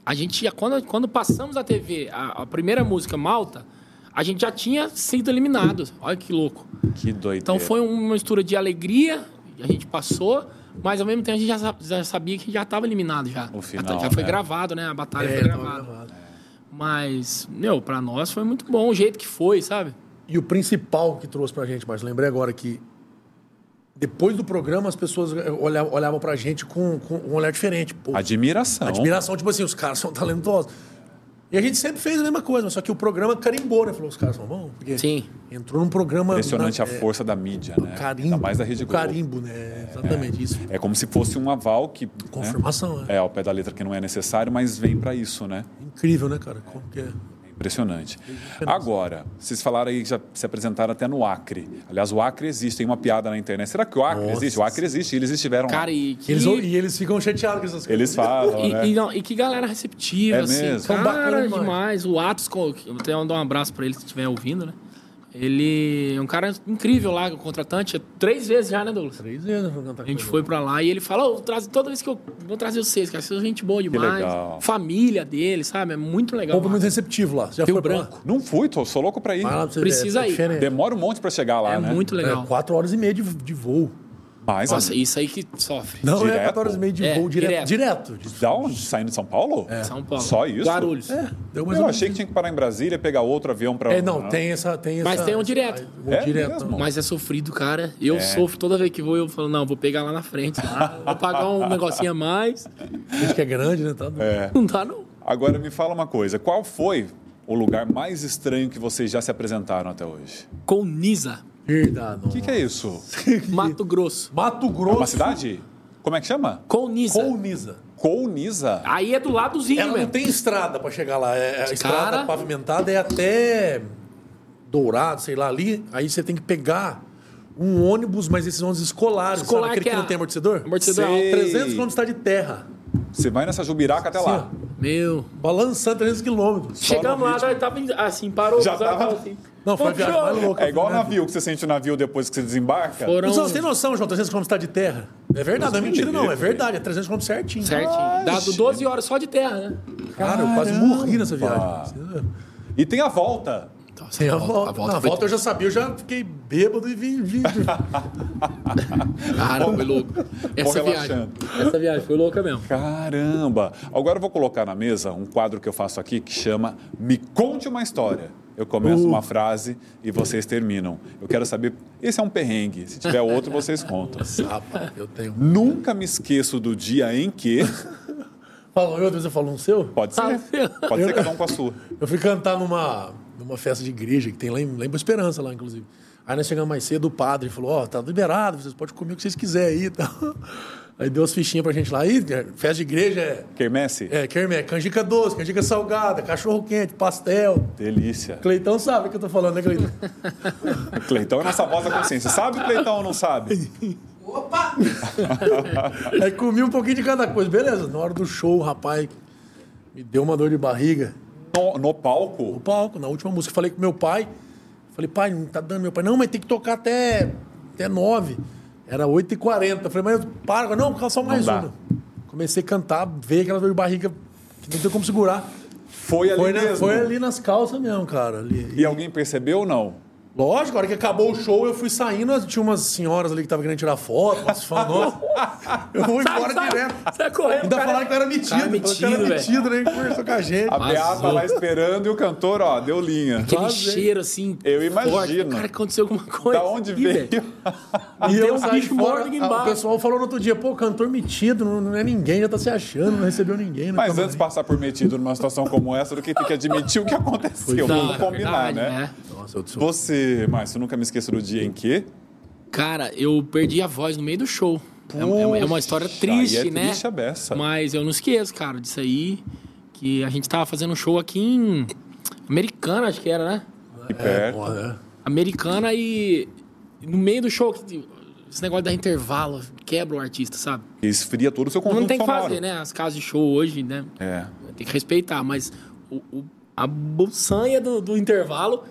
Speaker 4: A gente já, quando, quando passamos na TV, a, a primeira música, Malta, a gente já tinha sido eliminado. Olha que louco.
Speaker 2: Que doideira.
Speaker 4: Então foi uma mistura de alegria, a gente passou, mas ao mesmo tempo a gente já, sa- já sabia que já estava eliminado já.
Speaker 2: O
Speaker 4: Já tá-
Speaker 2: final,
Speaker 4: já foi
Speaker 2: né?
Speaker 4: gravado, né? A batalha
Speaker 3: É,
Speaker 4: foi
Speaker 3: tava
Speaker 4: gravada.
Speaker 3: gravado.
Speaker 4: Mas, meu, pra nós foi muito bom o jeito que foi, sabe?
Speaker 3: E o principal que trouxe pra gente, mas lembrei agora que depois do programa as pessoas olhavam, olhavam pra gente com, com um olhar diferente.
Speaker 2: Ah,
Speaker 3: Pô,
Speaker 2: Admiração.
Speaker 3: admiração, tipo assim, os caras são talentosos. E a gente sempre fez a mesma coisa, mas só que o programa carimbou, né? Falou, os caras são bons. Porque
Speaker 4: Sim.
Speaker 3: Entrou num programa...
Speaker 2: Impressionante
Speaker 3: na-
Speaker 2: a força da mídia, né?
Speaker 3: é, carimbo.
Speaker 2: Ainda mais da Rede
Speaker 3: o
Speaker 2: Globo.
Speaker 3: Carimbo, né? Exatamente isso.
Speaker 2: É como se fosse um aval que... né?
Speaker 3: Confirmação, né?
Speaker 2: É, ao pé da letra que não é necessário, mas vem para isso, né?
Speaker 3: Incrível, né, cara? Como que é?
Speaker 2: Impressionante. Agora, vocês falaram aí, que já se apresentaram até no Acre. Aliás, o Acre existe, tem uma piada na internet. Será que o Acre
Speaker 3: Nossa.
Speaker 2: existe? O Acre existe, eles estiveram lá.
Speaker 4: Cara, e que.
Speaker 3: E eles, e eles ficam chateados com essas
Speaker 2: Eles falam,
Speaker 4: E,
Speaker 2: né?
Speaker 4: e não, e que galera receptiva,
Speaker 2: É
Speaker 4: assim.
Speaker 2: mesmo.
Speaker 3: São
Speaker 4: Cara,
Speaker 3: bacanas demais.
Speaker 4: demais. O Atos, com- eu até mandar um abraço pra ele se estiver ouvindo, né? Ele é um cara incrível lá, o contratante. é Três vezes já, né, Douglas?
Speaker 3: Três vezes pra cantar
Speaker 4: A gente foi pra lá e ele falou, traz toda vez que eu vou trazer vocês, cara, vocês são gente boa demais.
Speaker 2: legal.
Speaker 4: Família dele, sabe? É muito legal.
Speaker 3: O povo é muito receptivo lá. Você Já
Speaker 4: Rio
Speaker 3: foi pra
Speaker 4: Branco.
Speaker 3: lá?
Speaker 2: Não fui, tô, sou louco para ir.
Speaker 3: Vai lá pra você ver,
Speaker 4: Precisa
Speaker 3: é
Speaker 4: ir.
Speaker 3: diferente.
Speaker 2: Demora um monte para chegar lá,
Speaker 4: é
Speaker 2: né?
Speaker 4: muito legal.
Speaker 3: É, quatro horas e meia de, de voo.
Speaker 2: Mas, assim,
Speaker 4: Nossa,
Speaker 2: amigo,
Speaker 4: isso aí que sofre.
Speaker 3: Não,
Speaker 2: Direto?
Speaker 3: é quatro horas e meia de
Speaker 4: É,
Speaker 3: voo direto. Direto.
Speaker 2: da onde? Saindo de São Paulo?
Speaker 4: São Paulo.
Speaker 2: É. Só isso?
Speaker 4: Guarulhos.
Speaker 3: É, deu mais
Speaker 2: Eu
Speaker 3: ou
Speaker 2: achei que
Speaker 3: menos.
Speaker 2: tinha que parar em Brasília, pegar outro avião para...
Speaker 3: É, não, tem essa. Tem
Speaker 4: Mas
Speaker 3: essa-
Speaker 4: tem um direto.
Speaker 3: Um
Speaker 2: É
Speaker 3: direto.
Speaker 2: mesmo?
Speaker 4: Mas é sofrido, cara. Eu sofro toda vez que vou, eu falo, não, vou pegar lá na frente, lá, vou pagar um negocinho a mais.
Speaker 3: Gente que é grande, né? Tá é.
Speaker 4: Não dá, não.
Speaker 2: Agora me fala uma coisa, qual foi o lugar mais estranho que vocês já se apresentaram até hoje?
Speaker 4: Com Nisa,
Speaker 3: Verdade.
Speaker 2: O que, que é isso?
Speaker 4: Mato Grosso.
Speaker 3: Mato Grosso.
Speaker 2: É uma cidade? Como é que chama?
Speaker 4: Com Nisa.
Speaker 3: Colniza.
Speaker 2: Colniza.
Speaker 4: Aí é do lado dos
Speaker 3: Ela
Speaker 4: índios
Speaker 3: não
Speaker 4: mesmo.
Speaker 3: tem estrada pra chegar lá. É, a
Speaker 4: Cara.
Speaker 3: estrada pavimentada é até Dourado, sei lá, ali. Aí você tem que pegar um ônibus, mas esses ônibus escolares. sabe?
Speaker 4: Escolar
Speaker 3: Aquele
Speaker 4: que
Speaker 3: que,
Speaker 4: é
Speaker 3: não tem amortecedor?
Speaker 4: Amortecedor
Speaker 2: Sei.
Speaker 4: alto.
Speaker 3: 300 quilômetros tá de terra.
Speaker 2: Você vai nessa jubiraca até lá.
Speaker 3: Assim, ó,
Speaker 4: Meu.
Speaker 3: balançando 300 quilômetros.
Speaker 4: Chegamos lá, nós tava assim, parou.
Speaker 2: Já
Speaker 4: os olhos
Speaker 2: tava-
Speaker 4: falaram assim.
Speaker 3: Não, foi a
Speaker 4: Vamos
Speaker 3: viagem
Speaker 4: pro
Speaker 3: mais
Speaker 4: show.
Speaker 3: louca.
Speaker 2: É igual
Speaker 3: né?
Speaker 2: navio que você sente o navio depois que você desembarca.
Speaker 4: Foram
Speaker 3: Não, você tem noção, João, 300 km tá de terra. É verdade, não é mentira, não. É verdade, é 300 km certinho.
Speaker 4: certinho. Dado
Speaker 2: gente.
Speaker 4: 12 horas só de terra, né?
Speaker 3: Cara, eu quase morri nessa viagem.
Speaker 2: E tem a volta.
Speaker 4: Nossa,
Speaker 3: Sem a volta. Na
Speaker 4: foi-
Speaker 3: volta eu já sabia, eu já fiquei bêbado e vim. vim- *laughs*
Speaker 4: Cara,
Speaker 2: *laughs*
Speaker 4: foi louco. Essa viagem.
Speaker 2: relaxando.
Speaker 4: Essa viagem foi louca mesmo.
Speaker 2: Caramba! Agora eu vou colocar na mesa um quadro que eu faço aqui que chama Me Conte uma História. Eu
Speaker 3: Uh.
Speaker 2: começo uma frase e vocês terminam. Eu quero saber. Esse é um perrengue. Se tiver outro, vocês contam.
Speaker 3: Rapaz, eu tenho.
Speaker 2: Nunca me esqueço do dia em que.
Speaker 3: Falou, eu, às vezes eu falo um seu?
Speaker 2: Pode ser. Pode ser cada um com a sua.
Speaker 3: Eu fui cantar numa, numa festa de igreja que tem lá em, lá em Boa Esperança, lá, inclusive. Aí nós chegamos mais cedo, o padre falou, ó, tá liberado, vocês podem comer o que vocês quiserem aí e tal. *laughs* Aí deu as fichinhas pra gente lá. Aí, festa de igreja é,
Speaker 2: Quermesse?
Speaker 3: é, quermé, canjica doce, canjica salgada, cachorro quente, pastel.
Speaker 2: Delícia.
Speaker 3: Cleitão sabe o que eu tô falando, né, Cleitão?
Speaker 2: Cleitão é nossa voz da consciência. Sabe, Cleitão, ou não sabe?
Speaker 3: Aí comi um pouquinho de cada coisa, beleza. Na hora do show, rapaz, me deu uma dor de barriga.
Speaker 2: No, no
Speaker 3: no
Speaker 2: palco?
Speaker 3: palco, na última música. Falei com meu pai. Falei, pai, não tá dando meu pai. Não, mas tem que tocar até, até 9. Era 8h40. Falei, mas para, agora. não, só mais
Speaker 2: dá.
Speaker 3: uma. Comecei a cantar, veio aquela dor de barriga que não tem como segurar.
Speaker 2: Foi ali
Speaker 3: Foi, na-
Speaker 2: mesmo.
Speaker 3: foi ali nas calças mesmo, cara. ali.
Speaker 2: E alguém percebeu ou não?
Speaker 3: Lógico, a hora que acabou o show, eu fui saindo, tinha umas senhoras ali que estavam querendo tirar foto, umas fãs nossas. Eu vou embora direto.
Speaker 1: tá
Speaker 4: Sai correndo,
Speaker 3: Ainda
Speaker 4: cara. é-
Speaker 3: falaram que tá- eu era metido.
Speaker 4: Cara,
Speaker 3: falaram que eu era
Speaker 4: metido, velho.
Speaker 3: metido, né? que Conversou com a gente.
Speaker 2: A Beata
Speaker 4: Arrasou.
Speaker 2: lá esperando e o cantor, ó, deu linha.
Speaker 4: Aquele
Speaker 3: Quase, hein?
Speaker 4: cheiro assim.
Speaker 2: Eu
Speaker 4: forte.
Speaker 2: imagino.
Speaker 4: Cara, aconteceu alguma coisa.
Speaker 2: Da onde
Speaker 4: Ih,
Speaker 2: veio?
Speaker 4: velho. E tem uns
Speaker 3: saí
Speaker 4: bichos
Speaker 3: fora.
Speaker 4: mortos aqui
Speaker 3: Ah, O
Speaker 4: embaixo.
Speaker 3: pessoal falou no outro dia, pô, cantor metido, não, não é ninguém, já tá se achando, não recebeu ninguém. né?
Speaker 2: Mas
Speaker 3: Então,
Speaker 2: antes de passar por metido numa situação como essa, do que ter que admitir o que aconteceu. Vamos
Speaker 4: Tá,
Speaker 2: combinar,
Speaker 4: verdade,
Speaker 2: né?
Speaker 3: Nossa, eu sou...
Speaker 2: Você, Márcio, nunca me esqueço do dia em que.
Speaker 4: Cara, eu perdi a voz no meio do show. É, é- é uma história
Speaker 2: Puxa,
Speaker 4: triste,
Speaker 2: aí é
Speaker 4: né?
Speaker 2: triste a beça.
Speaker 4: Mas eu não esqueço, cara, disso aí. Que a gente tava fazendo um show aqui em. Americana, acho que era, né?
Speaker 2: E perto.
Speaker 3: Porra, é.
Speaker 4: Americana e. No meio do show, que- esse negócio da intervalo quebra o artista, sabe?
Speaker 2: Esfria todo o seu conjunto
Speaker 4: Não tem que
Speaker 2: sonoro.
Speaker 4: fazer, né? As casas de show hoje, né?
Speaker 2: É.
Speaker 4: Tem que respeitar, mas o- o- a bolsanha do, do intervalo,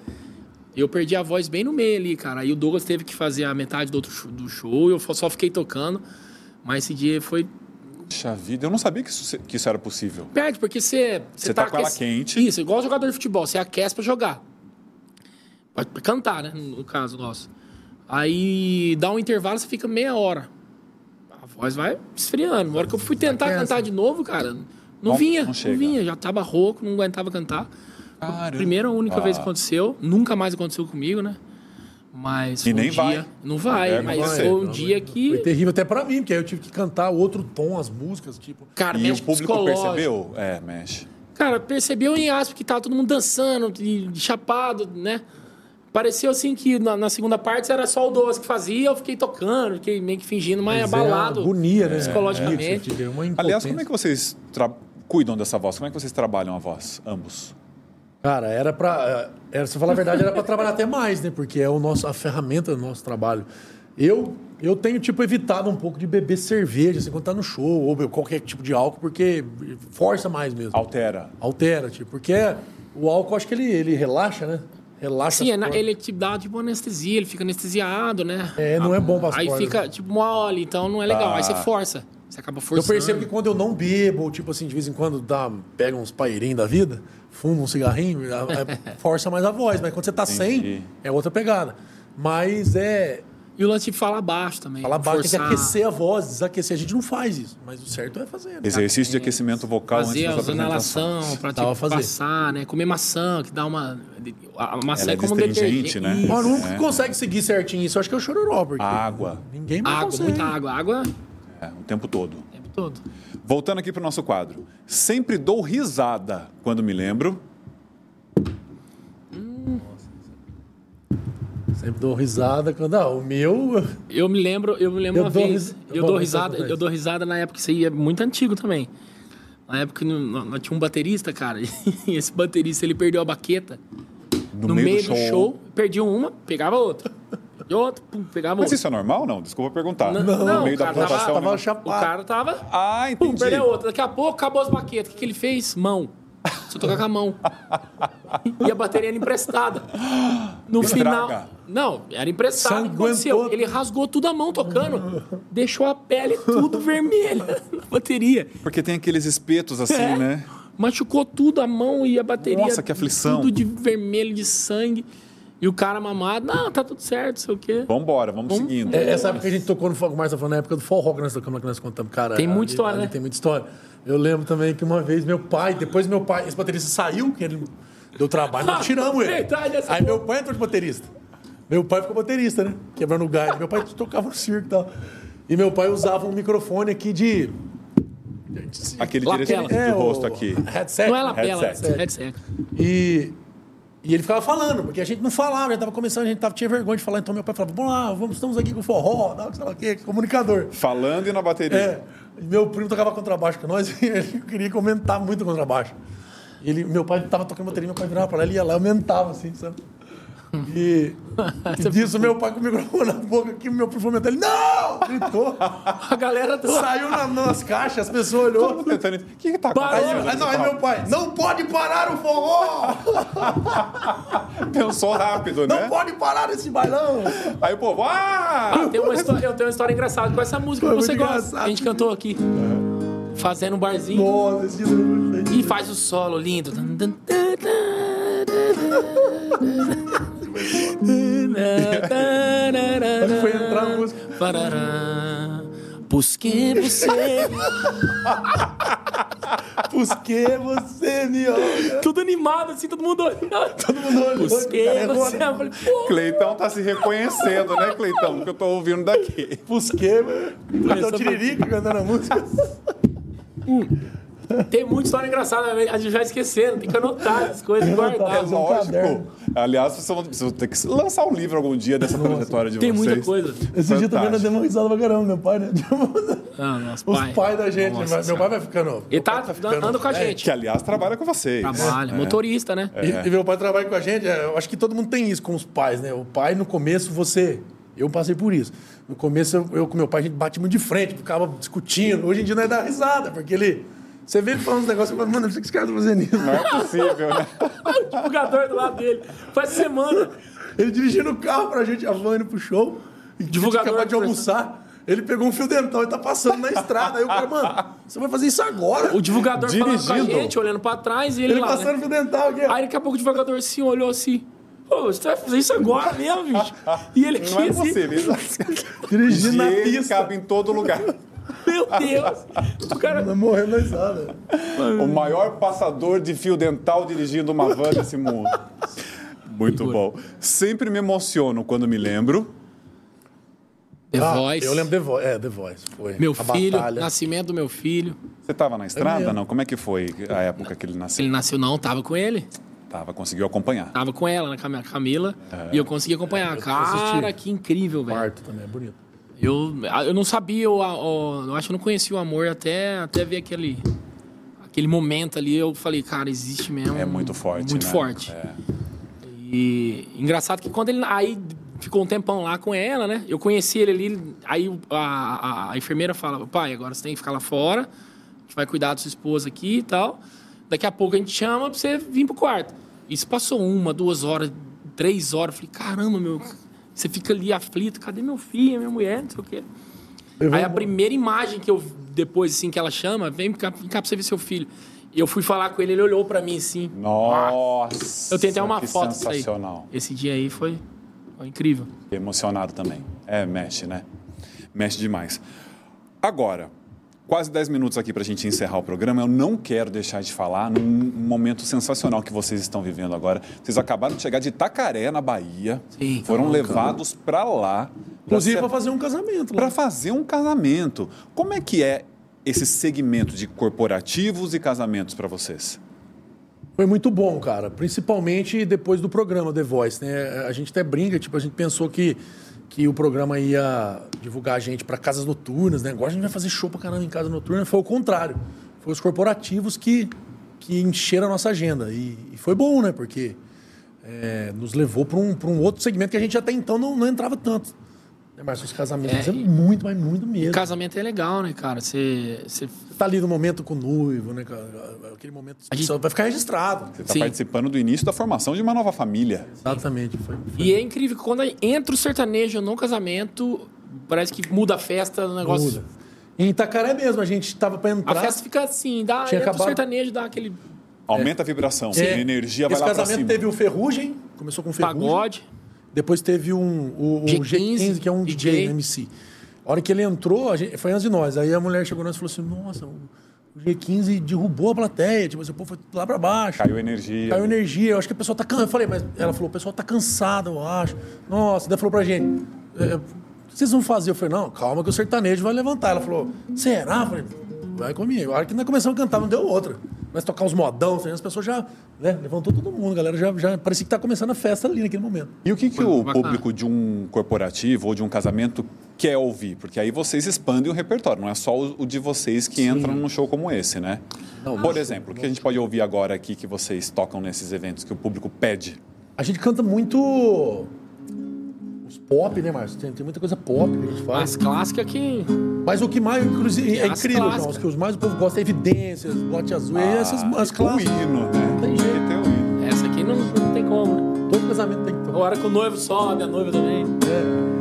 Speaker 4: eu perdi a voz bem no meio ali, cara. Aí o Douglas teve que fazer a metade do, outro show, do show, eu só fiquei tocando. Mas esse dia foi.
Speaker 2: Puxa vida, eu não sabia que isso, que isso era possível.
Speaker 4: Perde, porque você.
Speaker 2: Você tá com ela quente.
Speaker 4: Isso, igual jogador de futebol, você aquece pra jogar. Pra, pra cantar, né? No no caso nosso. Aí dá um intervalo, você fica meia hora. A voz vai esfriando. Na hora que eu fui tentar
Speaker 3: Aquece.
Speaker 4: cantar de novo, cara, não,
Speaker 2: Não-
Speaker 4: vinha.
Speaker 2: não
Speaker 4: Não,
Speaker 2: chega.
Speaker 4: vinha, já tava rouco, não aguentava cantar.
Speaker 2: Caramba.
Speaker 4: Primeira e única vez que
Speaker 2: Ah.
Speaker 4: aconteceu, nunca mais aconteceu comigo, né? Mas
Speaker 2: E
Speaker 4: foi um
Speaker 2: nem
Speaker 4: dia-
Speaker 2: vai. É,
Speaker 4: Não vai,
Speaker 2: Deve
Speaker 4: mas
Speaker 2: acontecer.
Speaker 4: foi um dia
Speaker 3: Foi
Speaker 4: que.
Speaker 3: terrível até pra mim, porque aí eu tive que cantar outro tom, as músicas, tipo...
Speaker 4: Cara,
Speaker 2: E
Speaker 4: mexe
Speaker 2: o
Speaker 4: com
Speaker 2: público
Speaker 4: psicológico.
Speaker 2: percebeu? É, mexe.
Speaker 4: Cara, percebeu em aspas que tava todo mundo dançando, e chapado, né? Pareceu assim que na, na segunda parte era só o Douglas que fazia, eu fiquei tocando, fiquei meio que fingindo, mas,
Speaker 3: Mas é
Speaker 4: abalado.
Speaker 3: uma agonia, né?
Speaker 4: psicologicamente.
Speaker 3: É, é, é uma
Speaker 2: Aliás, como é
Speaker 3: impotência.
Speaker 2: que vocês tra- cuidam dessa voz? Como é que vocês trabalham a voz, ambos?
Speaker 3: Cara, era pra. eh, Era, se eu falar a verdade, era pra trabalhar até mais, né? Porque é o nosso, a ferramenta do nosso trabalho. Eu, eu tenho, tipo, evitado um pouco de beber cerveja, assim, quando tá no show, ou qualquer tipo de álcool, porque força mais mesmo.
Speaker 2: Altera.
Speaker 3: Altera, tipo, porque o álcool, acho que ele, ele relaxa, né? Relaxa.
Speaker 4: Sim,
Speaker 3: as
Speaker 4: é na-
Speaker 3: cor-
Speaker 4: ele te dá tipo anestesia, ele fica anestesiado, né?
Speaker 3: É, não é bom pra as
Speaker 4: Aí
Speaker 3: cordas.
Speaker 4: fica tipo mole, então não é legal.
Speaker 2: Ah.
Speaker 4: Aí você força. Você acaba
Speaker 3: Eu
Speaker 4: forçando.
Speaker 3: percebo que quando eu não bebo, ou tipo assim, de vez em quando dá, pega uns pairinhos da vida, fuma um cigarrinho, a- a- força mais a voz. Mas quando você tá
Speaker 2: Entendi.
Speaker 3: sem, é outra pegada. Mas é.
Speaker 4: E o lance de falar baixo também.
Speaker 3: Falar baixo, tem que
Speaker 4: forçar.
Speaker 3: aquecer a voz, desaquecer. A gente não faz isso, mas o certo é fazer. né?
Speaker 2: Exercício de aquecimento vocal antes
Speaker 4: Fazer
Speaker 2: das
Speaker 4: as
Speaker 2: apresentações.
Speaker 4: inalação pra
Speaker 3: Dá pra
Speaker 4: tipo,
Speaker 3: fazer.
Speaker 4: passar, né? Comer maçã, que dá uma. A a maçã
Speaker 2: Ela é
Speaker 4: é como um
Speaker 2: destringente,
Speaker 4: detergente.
Speaker 2: né?
Speaker 4: Isso.
Speaker 3: Mas nunca
Speaker 2: É. Ah.
Speaker 3: consegue seguir certinho isso. Eu acho que é o chororó, porque
Speaker 2: Água.
Speaker 3: ninguém mais
Speaker 4: Água,
Speaker 3: consegue.
Speaker 4: muita água. Água
Speaker 2: É, o tempo todo.
Speaker 4: o tempo todo.
Speaker 2: Voltando aqui para o nosso quadro. Sempre dou risada quando me lembro.
Speaker 3: Sempre dou risada quando. Ah, o meu. *laughs*
Speaker 4: Eu me lembro, eu me lembro
Speaker 3: Eu
Speaker 4: uma
Speaker 3: dou
Speaker 4: vez.
Speaker 3: risa-
Speaker 4: Eu
Speaker 3: Bom,
Speaker 4: dou
Speaker 3: mas isso
Speaker 4: risada, eu
Speaker 3: acontece.
Speaker 4: dou risada na época, isso aí é muito antigo também. Na época que não- não- tinha um baterista, cara, *laughs* e esse baterista ele perdeu a baqueta
Speaker 2: No,
Speaker 4: no, meio, do, show. perdi uma, pegava outra. E outra, pum, pegava
Speaker 2: Mas
Speaker 4: outra.
Speaker 2: isso é normal não? Desculpa perguntar.
Speaker 4: Não,
Speaker 2: no
Speaker 4: não,
Speaker 2: meio da
Speaker 4: cara, tava-
Speaker 2: apresentação.
Speaker 3: Tava
Speaker 2: né?
Speaker 4: O
Speaker 3: chapado.
Speaker 4: cara tava. *laughs*
Speaker 2: Ah,
Speaker 4: Pum,
Speaker 2: entendi.
Speaker 4: perdeu outra. é Daqui a pouco acabou as baquetas. O que, que ele fez? Mão. Só tocar com a mão. e a bateria era emprestada. No
Speaker 2: Estraga.
Speaker 4: final. Não, era emprestada. O que
Speaker 3: Sanguentou.
Speaker 4: aconteceu? Ele rasgou tudo a mão tocando. deixou a pele tudo vermelha *laughs* na bateria.
Speaker 2: Porque tem aqueles espetos assim,
Speaker 4: É.
Speaker 2: né?
Speaker 4: Machucou tudo, a mão e a bateria.
Speaker 2: Nossa, que aflição.
Speaker 4: Tudo de vermelho, de sangue. E o cara mamado, não, tá tudo certo, sei o quê.
Speaker 2: Vambora, vamos
Speaker 4: Vamos-
Speaker 2: seguindo.
Speaker 3: É, essa época que a gente tocou no Fogo Mais, falando na época do Fall Rock, nós tocamos lá que nós contamos, cara.
Speaker 4: Tem muita
Speaker 3: ali-
Speaker 4: história,
Speaker 3: ali
Speaker 4: né?
Speaker 3: Tem muita história. Eu lembro também que uma vez meu pai, depois meu pai, esse baterista saiu, que ele deu trabalho,
Speaker 4: *laughs*
Speaker 3: nós tiramos ele.
Speaker 4: Verdade, essa
Speaker 3: Aí meu pai entrou de baterista. Meu pai ficou baterista, né? Quebrando o gás. Meu pai tocava no circo e tal. E meu pai usava um microfone aqui de. É
Speaker 2: Aquele
Speaker 4: Lapela. É
Speaker 2: direcionamento de
Speaker 3: o
Speaker 2: rosto aqui.
Speaker 3: Headset.
Speaker 4: Não é lapela,
Speaker 2: Headset.
Speaker 4: é headset.
Speaker 3: E, e ele ficava falando, porque a gente não falava, a gente tava começando, a gente tava, tinha vergonha de falar. Então meu pai falava, vamos lá, vamos, estamos aqui com forró, tal, sei lá o quê, comunicador.
Speaker 2: Falando e na bateria.
Speaker 3: É, e meu primo tocava contrabaixo com nós *laughs* e ele queria que eu aumentasse muito o contrabaixo. Ele, meu pai tava tocando bateria, meu pai virava pra lá, ele ia lá, aumentava assim, sabe? E, e disso, meu pai com o microfone na boca aqui, meu primo aumentou, ele, não! Gritou,
Speaker 4: A galera tá do...
Speaker 3: saiu na- nas caixas, as pessoas olhou.
Speaker 2: Tô tentando entender. O que, que tá
Speaker 3: Aí,
Speaker 2: acontecendo?
Speaker 3: aí, não,
Speaker 4: é
Speaker 3: aí meu pai, não pode parar o forró!
Speaker 2: Pensou rápido,
Speaker 3: Não
Speaker 2: né?
Speaker 3: pode parar esse bailão!
Speaker 2: Aí o povo. Ah!
Speaker 4: Tem uma história, eu tenho uma história engraçada com essa música que
Speaker 3: Foi
Speaker 4: você
Speaker 3: muito
Speaker 4: gosta.
Speaker 3: engraçado.
Speaker 4: A gente cantou aqui. Fazendo um barzinho.
Speaker 3: Nossa, esse dia foi
Speaker 4: E faz o solo lindo.
Speaker 3: foi entrar um- na música.
Speaker 4: Parará. Busquei você.
Speaker 3: Por que você me olha?
Speaker 4: Tudo animado, assim, todo mundo olhando. Todo
Speaker 3: mundo olhando, cara,
Speaker 4: Busquei
Speaker 3: é
Speaker 4: você.
Speaker 3: bom,
Speaker 4: Eu falei, pô,
Speaker 2: Cleitão tá se reconhecendo, né, Cleitão? Porque eu tô ouvindo daqui.
Speaker 3: Busquê, mano. o Tiririca cantando a música.
Speaker 4: tem muita história engraçada, né? a gente vai esquecendo, tem que anotar as coisas,
Speaker 2: É
Speaker 4: guardar.
Speaker 3: Fazer um
Speaker 2: lógico.
Speaker 3: caderno.
Speaker 2: Aliás, vocês vão, vocês vão ter que lançar um livro algum dia dessa trajetória de
Speaker 4: Tem
Speaker 2: vocês.
Speaker 4: muita coisa.
Speaker 3: Esse dia também nós
Speaker 2: Fantástico.
Speaker 3: demos uma risada pra caramba, meu pai, né?
Speaker 4: Ah, nosso
Speaker 3: Os
Speaker 4: pai.
Speaker 3: pais da gente,
Speaker 4: Nossa
Speaker 3: vai- meu
Speaker 4: Senhora.
Speaker 3: pai vai ficando.
Speaker 4: Ele tá, andando com a gente.
Speaker 2: Que, aliás, trabalha com vocês.
Speaker 3: É.
Speaker 4: Trabalha, motorista, né?
Speaker 3: E, e meu pai trabalha com a gente, é, eu acho que todo mundo tem isso com os pais, né? O pai, no começo, você. Eu passei por isso. No começo, eu, eu com meu pai, a gente bate muito de frente, ficava discutindo. Hoje em dia nós dá risada, porque ele. Você vê ele falando uns negócios, você fala, mano, por que esse cara tá fazendo isso?
Speaker 2: Não é possível,
Speaker 4: *laughs*
Speaker 2: né?
Speaker 4: O divulgador do lado dele. Faz semana.
Speaker 3: Ele dirigindo o carro pra gente, a van indo pro show. E
Speaker 4: Divulgador
Speaker 3: Divulgador. acabou de
Speaker 4: de
Speaker 3: almoçar. Ele pegou um fio dental e tá passando na estrada. Aí o cara, mano, você vai fazer isso agora?
Speaker 4: O divulgador falando com
Speaker 2: Dirigindo.
Speaker 4: a gente, olhando pra trás e ele,
Speaker 3: Ele
Speaker 4: lá.
Speaker 3: passando
Speaker 4: né?
Speaker 3: fio dental aqui. ó.
Speaker 4: Aí daqui a pouco o divulgador assim olhou assim. Pô, você vai fazer isso agora mesmo, bicho? E ele
Speaker 2: *laughs*
Speaker 4: aqui
Speaker 2: Não é
Speaker 4: assim,
Speaker 2: possível.
Speaker 4: *laughs*
Speaker 3: Dirigindo na
Speaker 2: Dinheiro
Speaker 3: pista.
Speaker 2: cabe em todo lugar.
Speaker 4: Meu Deus! O cara.
Speaker 3: Nós Morrendo na risada.
Speaker 2: O maior passador de fio dental dirigindo uma van desse mundo. Muito bom. Sempre me emociono quando me lembro.
Speaker 4: *laughs* The
Speaker 3: Ah,
Speaker 4: Voice.
Speaker 3: Eu lembro The Voice. É, The Voice. Foi.
Speaker 4: Meu
Speaker 3: A
Speaker 4: filho,
Speaker 3: batalha.
Speaker 4: nascimento do meu filho.
Speaker 2: Você tava na estrada,
Speaker 3: mesmo.
Speaker 2: não? Como é que foi a época que ele nasceu?
Speaker 4: Ele nasceu, não, tava com ele.
Speaker 2: Tava, conseguiu acompanhar.
Speaker 4: Tava com ela, né, com a Camila. E eu consegui acompanhar. Cara,
Speaker 3: assisti.
Speaker 4: que incrível, velho.
Speaker 3: Parto também, é bonito.
Speaker 4: Eu, eu não sabia, eu, eu- eu acho que eu não conhecia o amor até, até ver aquele, aquele momento ali. Eu falei, cara, existe mesmo.
Speaker 2: É muito forte,
Speaker 4: Muito
Speaker 2: né?
Speaker 4: forte.
Speaker 2: É.
Speaker 4: E engraçado que quando ele. Aí ficou um tempão lá com ela, né? Eu conheci ele ali. Aí o- a, a- a enfermeira fala: pai, agora você tem que ficar lá fora. A gente vai cuidar da sua esposa aqui e tal. Daqui a pouco a gente chama pra você vir pro quarto. Isso passou uma, duas horas, três horas. Eu falei: caramba, meu. Você fica ali aflito: cadê meu filho, minha mulher, não sei o quê.
Speaker 3: Eu
Speaker 4: Aí
Speaker 3: vou-
Speaker 4: a primeira imagem que eu. Depois, assim, que ela chama, vem cá, vem cá pra você ver seu filho. E eu fui falar com ele, ele olhou pra mim assim.
Speaker 2: Nossa!
Speaker 4: Eu tenho até uma
Speaker 2: que
Speaker 4: foto disso aí.
Speaker 2: sensacional.
Speaker 4: Esse dia aí foi, foi incrível.
Speaker 2: Fiquei Emocionado também. É, mexe, né? Mexe demais. Agora, quase 10 minutos aqui para a gente encerrar o programa. Eu não quero deixar de falar num momento sensacional que vocês estão vivendo agora. Vocês acabaram de chegar de Itacaré, na Bahia.
Speaker 4: Sim.
Speaker 2: Foram levados para lá.
Speaker 3: Inclusive
Speaker 2: pra
Speaker 3: pra fazer um casamento lá.
Speaker 2: para fazer um casamento. Como é que é esse segmento de corporativos e casamentos para vocês?
Speaker 3: Foi muito bom, cara. Principalmente depois do programa The Voice, né? A gente até brinca, tipo, a gente pensou que, que o programa ia divulgar a gente pra casas noturnas, né? Agora a gente vai fazer show pra caramba em casa noturna. Foi o contrário. Foi os corporativos que, que encheram a nossa agenda. E, e foi bom, né? Porque é, nos levou pra um, pra um outro segmento que a gente até então não, não entrava tanto. Né, Mas os casamentos
Speaker 4: É,
Speaker 3: é,
Speaker 4: e-
Speaker 3: muito, mas muito mesmo.
Speaker 4: Casamento é legal, né, cara? Você. você-
Speaker 3: Tá ali no momento com o noivo, né? cara? Aquele momento
Speaker 4: A gente-
Speaker 3: só vai ficar registrado.
Speaker 2: Você está
Speaker 4: Sim.
Speaker 2: participando do início da formação de uma nova família.
Speaker 3: Exatamente. Foi, foi-
Speaker 4: E é incrível, que quando entra o sertanejo no casamento, parece que muda a festa, o negócio.
Speaker 3: Muda. Em Itacaré mesmo, a gente tava pra
Speaker 4: A
Speaker 3: entrar.
Speaker 4: festa fica assim, dá,
Speaker 3: Tinha
Speaker 4: entra o
Speaker 3: acabado.
Speaker 4: sertanejo, dá aquele
Speaker 2: Aumenta a vibração,
Speaker 3: É,
Speaker 2: a energia vai
Speaker 3: Esse
Speaker 2: lá pra
Speaker 3: casamento
Speaker 2: cima.
Speaker 3: teve o Ferrugem, começou com Ferrugem.
Speaker 4: pagode.
Speaker 3: Depois teve um, o, o
Speaker 4: G15,
Speaker 3: G15, que é um DJ,
Speaker 4: DJ.
Speaker 3: né, MC. A hora que ele entrou, a gente- foi antes de nós. Aí a mulher chegou nós e falou assim: Nossa, o o G15 derrubou a plateia. Tipo, assim, o povo foi lá pra baixo.
Speaker 2: Caiu energia.
Speaker 3: Caiu energia, eu acho que a pessoa tá cansada. Eu falei, mas ela falou, o pessoal tá cansado, eu acho. Nossa, daí falou pra gente, é, o que vocês vão fazer? Eu falei, não, calma que o sertanejo vai levantar. Ela falou, será? Eu falei, vai comigo. A hora que nós começamos a cantar, não deu outra. Mas tocar uns modão, assim, as pessoas já, né, levantou todo mundo, a galera já, já parecia que tá começando a festa ali naquele momento.
Speaker 2: E o que, que o
Speaker 4: bacana.
Speaker 2: público de um corporativo ou de um casamento quer ouvir? Porque aí vocês expandem o repertório, não é só o o de vocês que entram num show como esse, né? Por exemplo, o que a gente pode ouvir agora aqui que vocês tocam nesses eventos que o público pede?
Speaker 3: A gente canta muito os pop, né, Márcio? Tem, tem muita coisa pop que a gente faz.
Speaker 4: As clássicas que.
Speaker 3: Mas o que mais, inclusive, é
Speaker 4: As
Speaker 3: incrível,
Speaker 4: clássicas.
Speaker 3: João, os que os mais o povo gosta é evidências, bote azul, e essas
Speaker 2: Ah,
Speaker 3: as
Speaker 2: tem que ter
Speaker 3: clássicas.
Speaker 2: O hino, né?
Speaker 3: Tem jeito.
Speaker 2: que ter o hino.
Speaker 4: Essa aqui não, não tem como. né?
Speaker 3: Todo casamento tem que
Speaker 4: A
Speaker 3: tomar.
Speaker 4: hora que o noivo sobe, a noiva também.
Speaker 3: É.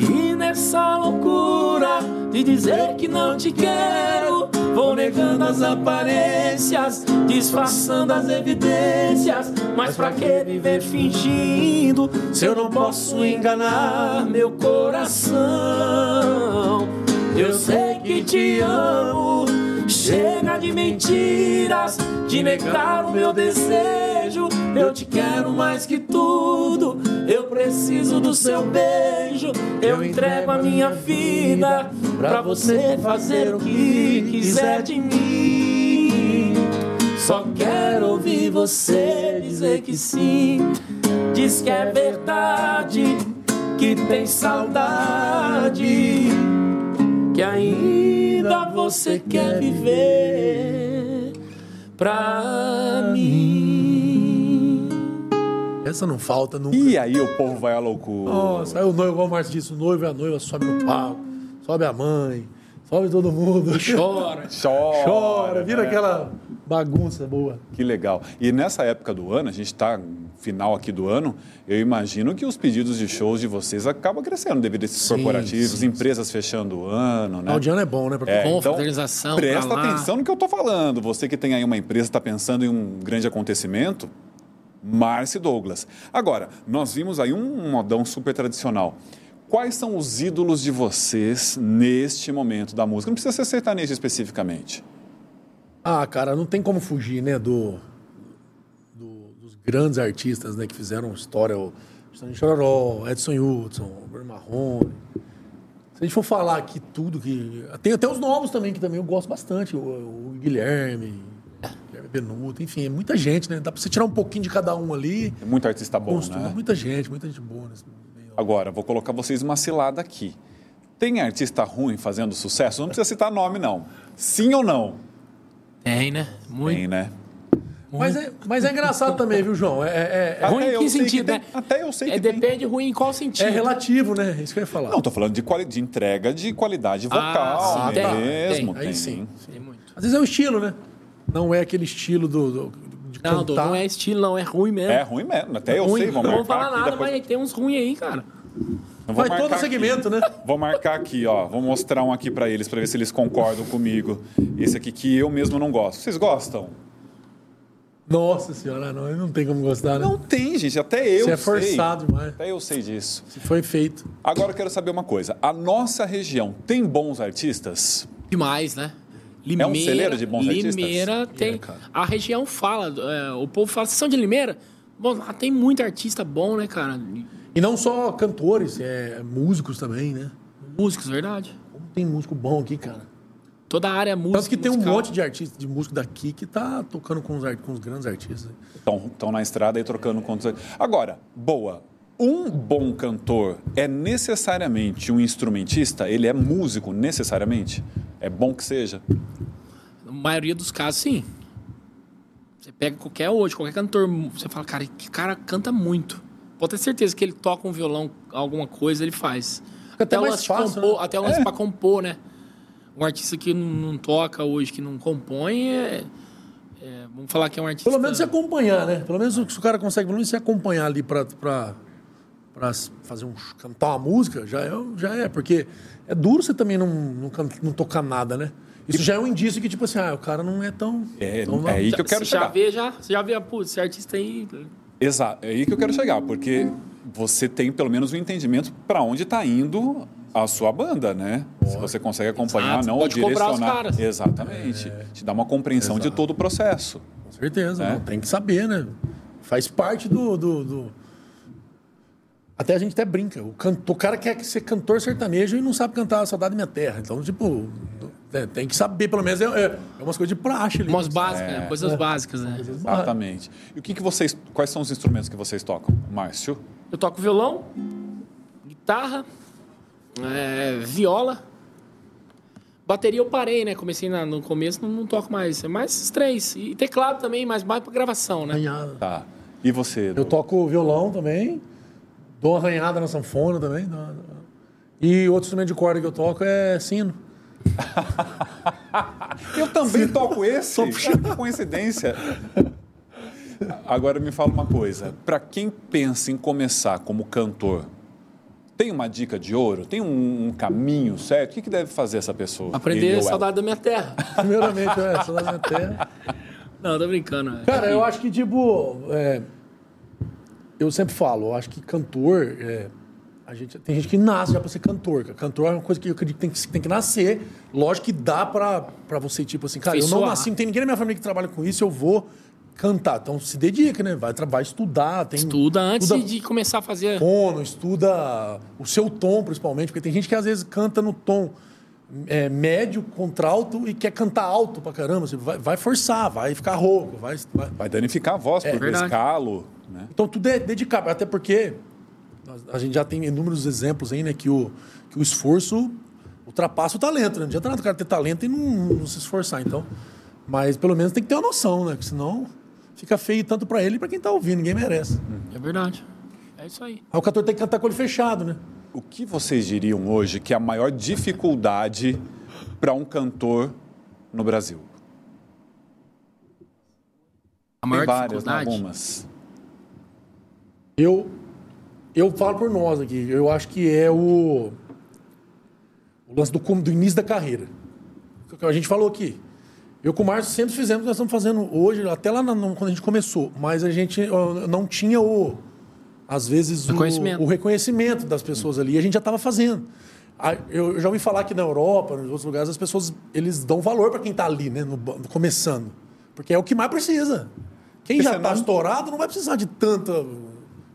Speaker 1: E nessa loucura de dizer que não te quero, vou negando as aparências, disfarçando as evidências. Mas pra que viver fingindo se eu não posso enganar meu coração? Eu sei que te amo. Chega de mentiras, de negar o meu desejo. Eu te quero mais que tudo. Eu preciso do seu beijo. Eu entrego a minha vida pra você fazer o que quiser de mim. Só quero ouvir você dizer que sim. Diz que é verdade, que tem saudade que ainda você quer é viver pra mim.
Speaker 3: Essa não falta nunca.
Speaker 2: E aí o povo vai à loucura.
Speaker 3: Nossa, aí o noivo, igual o Márcio disse, o noivo e a noiva sobe no palco, sobe a mãe, sobe todo mundo.
Speaker 4: Chora.
Speaker 2: Chora,
Speaker 3: Chora, vira
Speaker 2: né?
Speaker 3: aquela bagunça boa.
Speaker 2: Que legal. E nessa época do ano, a gente está final aqui do ano, eu imagino que os pedidos de shows de vocês acabam crescendo devido a esses
Speaker 3: Sim,
Speaker 2: corporativos, empresas fechando o ano, né?
Speaker 3: Final de ano é bom, né? Pra
Speaker 2: É,
Speaker 4: Bom,
Speaker 2: então,
Speaker 4: federalização, pra
Speaker 2: presta
Speaker 4: lá.
Speaker 2: atenção no que eu estou falando. Você que tem aí uma empresa, está pensando em um grande acontecimento, Marcy Douglas. Agora, nós vimos aí um modão super tradicional. Quais são os ídolos de vocês neste momento da música? Não precisa ser sertanejo especificamente.
Speaker 3: Ah, cara, não tem como fugir, né, do, do- dos grandes artistas, né, que fizeram história, o Stanley Chororó, Edson Hudson, o Bruno Marrone. Se a gente for falar aqui tudo que... Tem até os novos também, que também eu gosto bastante, o, o Guilherme, Guilherme Benuto, enfim, é muita gente, né? Dá pra você tirar um pouquinho de cada um ali,
Speaker 2: É muito artista bom,
Speaker 3: construir
Speaker 2: né?
Speaker 3: muita gente, muita gente boa nesse meio.
Speaker 2: Agora, vou colocar vocês uma cilada aqui. Tem artista ruim fazendo sucesso? Não precisa citar nome, não. Sim ou não?
Speaker 4: Tem, né? Muito.
Speaker 2: Tem, né?
Speaker 3: Mas é, mas é engraçado também, viu, João? É, é- é-
Speaker 4: Ruim em
Speaker 2: eu
Speaker 4: que
Speaker 2: sei que
Speaker 4: sentido,
Speaker 2: tem.
Speaker 4: né?
Speaker 2: Até eu sei
Speaker 4: É,
Speaker 2: que tem.
Speaker 4: depende ruim em qual sentido.
Speaker 3: é relativo, né? É isso que eu ia falar.
Speaker 2: Não, tô falando de, quali- de entrega de qualidade vocal
Speaker 4: sim, tem,
Speaker 2: mesmo.
Speaker 4: tem.
Speaker 3: Aí sim.
Speaker 4: Tem muito.
Speaker 3: Às vezes é o estilo, né? Não é aquele estilo do, do- de
Speaker 4: Não, Dô,
Speaker 3: cantar.
Speaker 4: não é estilo, não. É ruim mesmo.
Speaker 2: É ruim mesmo. Até eu sei, vou
Speaker 4: não
Speaker 2: marcar
Speaker 4: vou falar
Speaker 2: aqui,
Speaker 4: nada,
Speaker 2: depois-
Speaker 4: mas tem uns ruins aí, cara.
Speaker 2: Eu vou
Speaker 3: Vai todo
Speaker 2: marcar
Speaker 3: o segmento, né?
Speaker 2: aqui. Vou marcar aqui, ó. Vou mostrar um aqui pra eles, pra ver se eles concordam comigo. Esse aqui que eu mesmo não gosto. Vocês gostam?
Speaker 3: Nossa senhora, não, não tem como gostar, né?
Speaker 2: Não tem, gente. Até eu
Speaker 3: Isso é
Speaker 2: sei.
Speaker 3: forçado demais.
Speaker 2: Até eu sei disso.
Speaker 3: Se foi feito.
Speaker 2: Agora eu quero saber uma coisa. A nossa região tem bons artistas?
Speaker 4: Demais, né?
Speaker 2: É um celeiro de bons artistas? É,
Speaker 4: Limeira tem.
Speaker 3: cara.
Speaker 4: a região fala, é, o povo fala, vocês são de Limeira? Bom, lá tem muito artista bom, né, cara?
Speaker 3: E não só cantores, é músicos também, né?
Speaker 4: Músicos, verdade.
Speaker 3: Como tem músico bom aqui, cara.
Speaker 4: Toda a área é música.
Speaker 3: Tanto que tem um
Speaker 4: musical.
Speaker 3: monte de artista, de músico daqui que tá tocando com os, ar- com os grandes artistas.
Speaker 2: Estão na estrada e trocando contas. Agora, boa. Um bom cantor é necessariamente um instrumentista? Ele é músico, necessariamente? É bom que seja.
Speaker 4: Na maioria dos casos, sim. Você pega qualquer hoje, qualquer cantor, você fala, cara, que cara canta muito. Pode ter certeza que ele toca um violão, alguma coisa, ele faz.
Speaker 3: Fica até
Speaker 4: o
Speaker 3: mais
Speaker 4: lance de
Speaker 3: fácil,
Speaker 4: compor,
Speaker 3: né?
Speaker 4: até o lance pra compor, né? Um artista que não, não toca hoje, que não compõe, é, é, vamos falar que é um artista.
Speaker 3: Pelo menos se acompanhar, né? Pelo menos se o cara consegue pelo menos se acompanhar ali pra, pra, para fazer um cantar uma música, já é, já é, porque é duro você também não, não, can- não tocar nada, né? Isso já é um indício que, tipo assim, ah, o cara não é tão.
Speaker 2: É,
Speaker 3: tão
Speaker 2: é aí que eu
Speaker 4: Você
Speaker 2: quero
Speaker 4: já
Speaker 2: chegar.
Speaker 4: vê, já, você já vê, ah, putz, esse artista aí.
Speaker 2: Exato, é aí que eu quero chegar, porque você tem pelo menos um entendimento para onde está indo a sua banda, né? Se você consegue acompanhar,
Speaker 4: Exato,
Speaker 2: não
Speaker 4: pode
Speaker 2: ou
Speaker 4: cobrar os
Speaker 2: direcionar.
Speaker 4: caras. É.
Speaker 2: Exatamente. Te dá uma compreensão de todo o processo.
Speaker 3: Com certeza,
Speaker 2: É.
Speaker 3: não, tem que saber, né? Faz parte do, do, do- Até a gente até brinca. O, canto, o cara quer ser cantor sertanejo e não sabe cantar Saudade da Minha Terra. Então, tipo, é, tem que saber, pelo menos, é, é, é umas coisas de praxe ali.
Speaker 4: Umas básicas, né? coisas básicas, né?
Speaker 2: Exatamente. E o que, que vocês. Quais são os instrumentos que vocês tocam, Márcio?
Speaker 4: Eu toco violão, guitarra, é, viola. Bateria eu parei, né? Comecei na- no começo, não, não toco mais. É mais esses três. E teclado também, mas mais pra gravação, né?
Speaker 3: Arranhada.
Speaker 2: Tá. E você?
Speaker 3: Eu toco violão também, dou uma arranhada na sanfona também. dou uma- E outro instrumento de corda que eu toco é sino. *laughs*
Speaker 2: Eu também toco esse. Coincidência. Agora me fala uma coisa. Para quem pensa em começar como cantor, tem uma dica de ouro? Tem um, um caminho certo? O que, que deve fazer essa pessoa? Ele é
Speaker 4: Aprender
Speaker 2: ou
Speaker 4: a
Speaker 2: ela?
Speaker 4: saudade da minha terra. *laughs*
Speaker 3: Primeiramente, é, Saudade da Minha Terra.
Speaker 4: Não, tô brincando. né?
Speaker 3: Cara, eu acho que, tipo, é, eu sempre falo, eu acho que cantor, é, a gente, tem gente que nasce já pra ser cantor, cara. Cantor é uma coisa que eu acredito que tem que, tem que nascer. Lógico que dá pra, pra você, tipo assim, cara, eu não
Speaker 4: Afeiçoar.
Speaker 3: nasci, não tem ninguém na minha família que trabalha com isso, eu vou cantar. Então se dedica, né? Vai, tra- vai estudar, tem...
Speaker 4: Estuda antes
Speaker 3: estuda
Speaker 4: de começar a fazer.
Speaker 3: fono, estuda o seu tom, principalmente, porque tem gente que às vezes canta no tom é, médio, contralto, e quer cantar alto pra caramba. Você vai, vai forçar, vai ficar rouco, vai- vai,
Speaker 2: Vai danificar a voz, porque
Speaker 4: É, verdade.
Speaker 2: escalo, né?
Speaker 3: então tudo é dedicar, até porque nós- a gente já tem inúmeros exemplos aí, né, que o, que o esforço ultrapassa o talento, né? Não adianta nada o cara ter talento e não, não se esforçar, então. Mas pelo menos tem que ter uma noção, né? Porque senão fica feio tanto pra ele e pra quem tá ouvindo, ninguém merece.
Speaker 4: É verdade. É isso aí.
Speaker 3: Aí o cantor tem que cantar com o olho fechado, né?
Speaker 2: O que vocês diriam hoje que é a maior dificuldade para um cantor no Brasil?
Speaker 4: A maior
Speaker 2: tem várias, né?
Speaker 4: dificuldade.
Speaker 2: algumas.
Speaker 3: Eu eu falo por nós aqui, eu acho que é o, o lance do, com- do início da carreira. O que A gente falou aqui. Eu com o Márcio sempre fizemos o que nós estamos fazendo hoje, até lá na- no- quando a gente começou, mas a gente ó, não tinha o às vezes o
Speaker 4: Reconhecimento.
Speaker 3: o reconhecimento das pessoas ali, e a gente já estava fazendo. A- Eu eu já ouvi falar que na Europa, nos outros lugares, as pessoas eles dão valor para quem está ali, né, no ba- começando, porque é o que mais precisa. Quem
Speaker 2: Porque
Speaker 3: já tá está
Speaker 2: senão-
Speaker 3: estourado não vai precisar de tanta.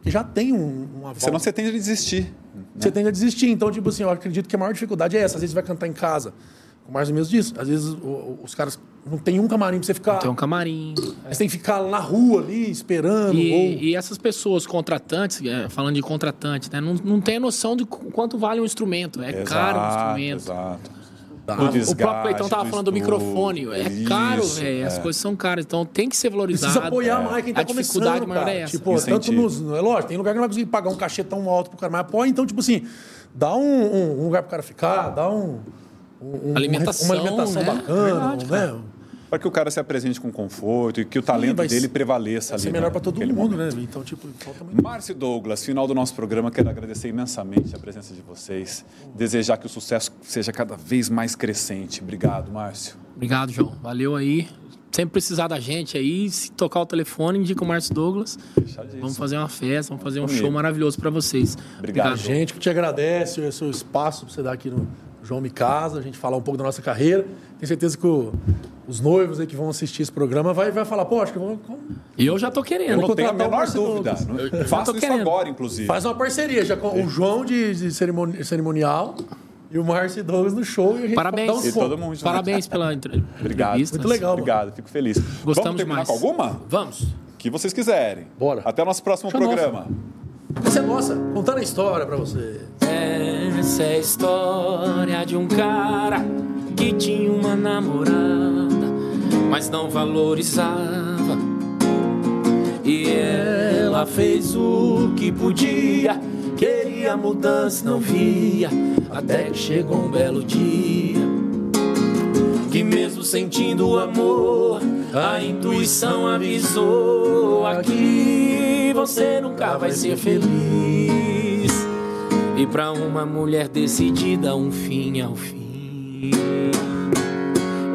Speaker 3: que já tem um, uma
Speaker 2: Senão
Speaker 3: volta.
Speaker 2: você tende a desistir. né?
Speaker 3: Você tende a desistir. Então, tipo assim, eu acredito que a maior dificuldade é essa. Às vezes você vai cantar em casa. Com mais ou menos disso. Às vezes o- o- os caras não tem um camarim pra você ficar.
Speaker 4: Tem um camarim.
Speaker 2: Tá
Speaker 3: Aí Você tem que ficar na rua ali, esperando. ou-
Speaker 4: E, e essas pessoas contratantes, é, falando de contratante, né, não, não tem a noção de qu- quanto vale um instrumento. É caro um instrumento.
Speaker 2: Exato.
Speaker 3: O
Speaker 2: Do
Speaker 4: O próprio
Speaker 2: desgaste,
Speaker 4: Leitão tava falando do
Speaker 2: estudo.
Speaker 4: microfone. É caro,
Speaker 2: Isso,
Speaker 4: velho. As
Speaker 2: é.
Speaker 4: coisas são caras. Então tem que ser valorizado.
Speaker 3: Precisa apoiar mais quem tá
Speaker 4: é. A
Speaker 3: começando,
Speaker 4: dificuldade maior
Speaker 3: cara.
Speaker 4: é essa.
Speaker 3: Tipo, tanto
Speaker 2: Incentivo.
Speaker 3: nos... É lógico, tem lugar que não vai conseguir pagar um cachê tão alto pro cara, mas apoia. Então, tipo assim, dá um, um- um lugar pro cara ficar, dá um... um- um-
Speaker 4: Alimentação,
Speaker 3: uma alimentação
Speaker 4: né?
Speaker 3: bacana,
Speaker 4: Verdade,
Speaker 3: né?
Speaker 2: Para que o cara se apresente com conforto e que o talento
Speaker 3: vai
Speaker 2: dele
Speaker 3: ser-
Speaker 2: prevaleça
Speaker 3: Vai
Speaker 2: ali.
Speaker 3: ser melhor
Speaker 2: né,
Speaker 3: pra todo
Speaker 2: naquele
Speaker 3: mundo,
Speaker 2: momento.
Speaker 3: né? Então, tipo, falta muito.
Speaker 2: Márcio Douglas, final do nosso programa, quero agradecer imensamente a presença de vocês. Desejar que o sucesso seja cada vez mais crescente. Obrigado, Márcio.
Speaker 4: Obrigado, João. Valeu aí. Sempre precisar da gente aí, se tocar o telefone, indica o Márcio Douglas. Vamos fazer uma festa, vamos fazer um
Speaker 2: Comigo.
Speaker 4: show maravilhoso pra vocês.
Speaker 2: Obrigado.
Speaker 3: A gente que te agradece o seu espaço pra você dar aqui no João Me Casa, a gente falar um pouco da nossa carreira. Tenho certeza que o- os noivos aí que vão assistir esse programa vai, vai falar, pô, acho que eu vou.
Speaker 4: E eu já tô querendo.
Speaker 2: Eu não tenho a
Speaker 3: contratar o
Speaker 2: menor
Speaker 3: Márcio
Speaker 2: dúvida.
Speaker 3: Douglas.
Speaker 2: Não-
Speaker 4: Eu- eu
Speaker 2: Façam
Speaker 4: tô
Speaker 2: isso
Speaker 4: querendo.
Speaker 2: agora, inclusive.
Speaker 3: Faz uma parceria já com o João de, de cerimoni- cerimonial e o Márcio Douglas no show e a gente
Speaker 4: Parabéns.
Speaker 3: dá um
Speaker 2: E
Speaker 3: som.
Speaker 2: todo mundo junto.
Speaker 4: Parabéns pela entre- entrevista. né?
Speaker 2: Obrigado.
Speaker 3: Muito legal. mano.
Speaker 2: Obrigado, fico feliz. Vamos
Speaker 4: Gostamos
Speaker 2: terminar
Speaker 4: demais.
Speaker 2: com alguma?
Speaker 4: Vamos.
Speaker 2: Que vocês quiserem.
Speaker 3: Bora.
Speaker 2: Até o nosso próximo
Speaker 3: Show
Speaker 2: programa.
Speaker 3: Essa é nossa, contando a história pra você.
Speaker 1: Essa é a história de um cara que tinha uma namorada, mas não valorizava. E ela fez o que podia, queria mudança, não via, até que chegou um belo dia. Que mesmo sentindo o amor, a intuição avisou: aqui você nunca vai ser feliz. E pra uma mulher decidida, um fim ao fim.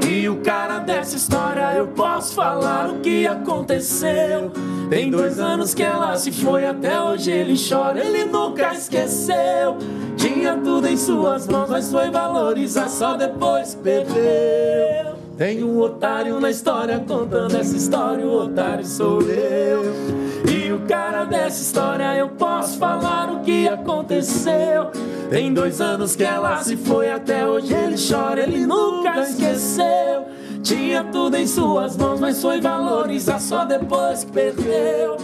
Speaker 1: E o cara dessa história, eu posso falar o que aconteceu. Tem dois anos que ela se foi, até hoje ele chora, ele nunca esqueceu. Tinha tudo em suas mãos, mas foi valorizar só depois que perdeu. Tem um otário na história contando essa história, o otário sou eu. E o cara dessa história eu posso falar o que aconteceu. Tem dois anos que ela se foi, até hoje ele chora, ele nunca esqueceu. Tinha tudo em suas mãos, mas foi valorizar só depois que perdeu.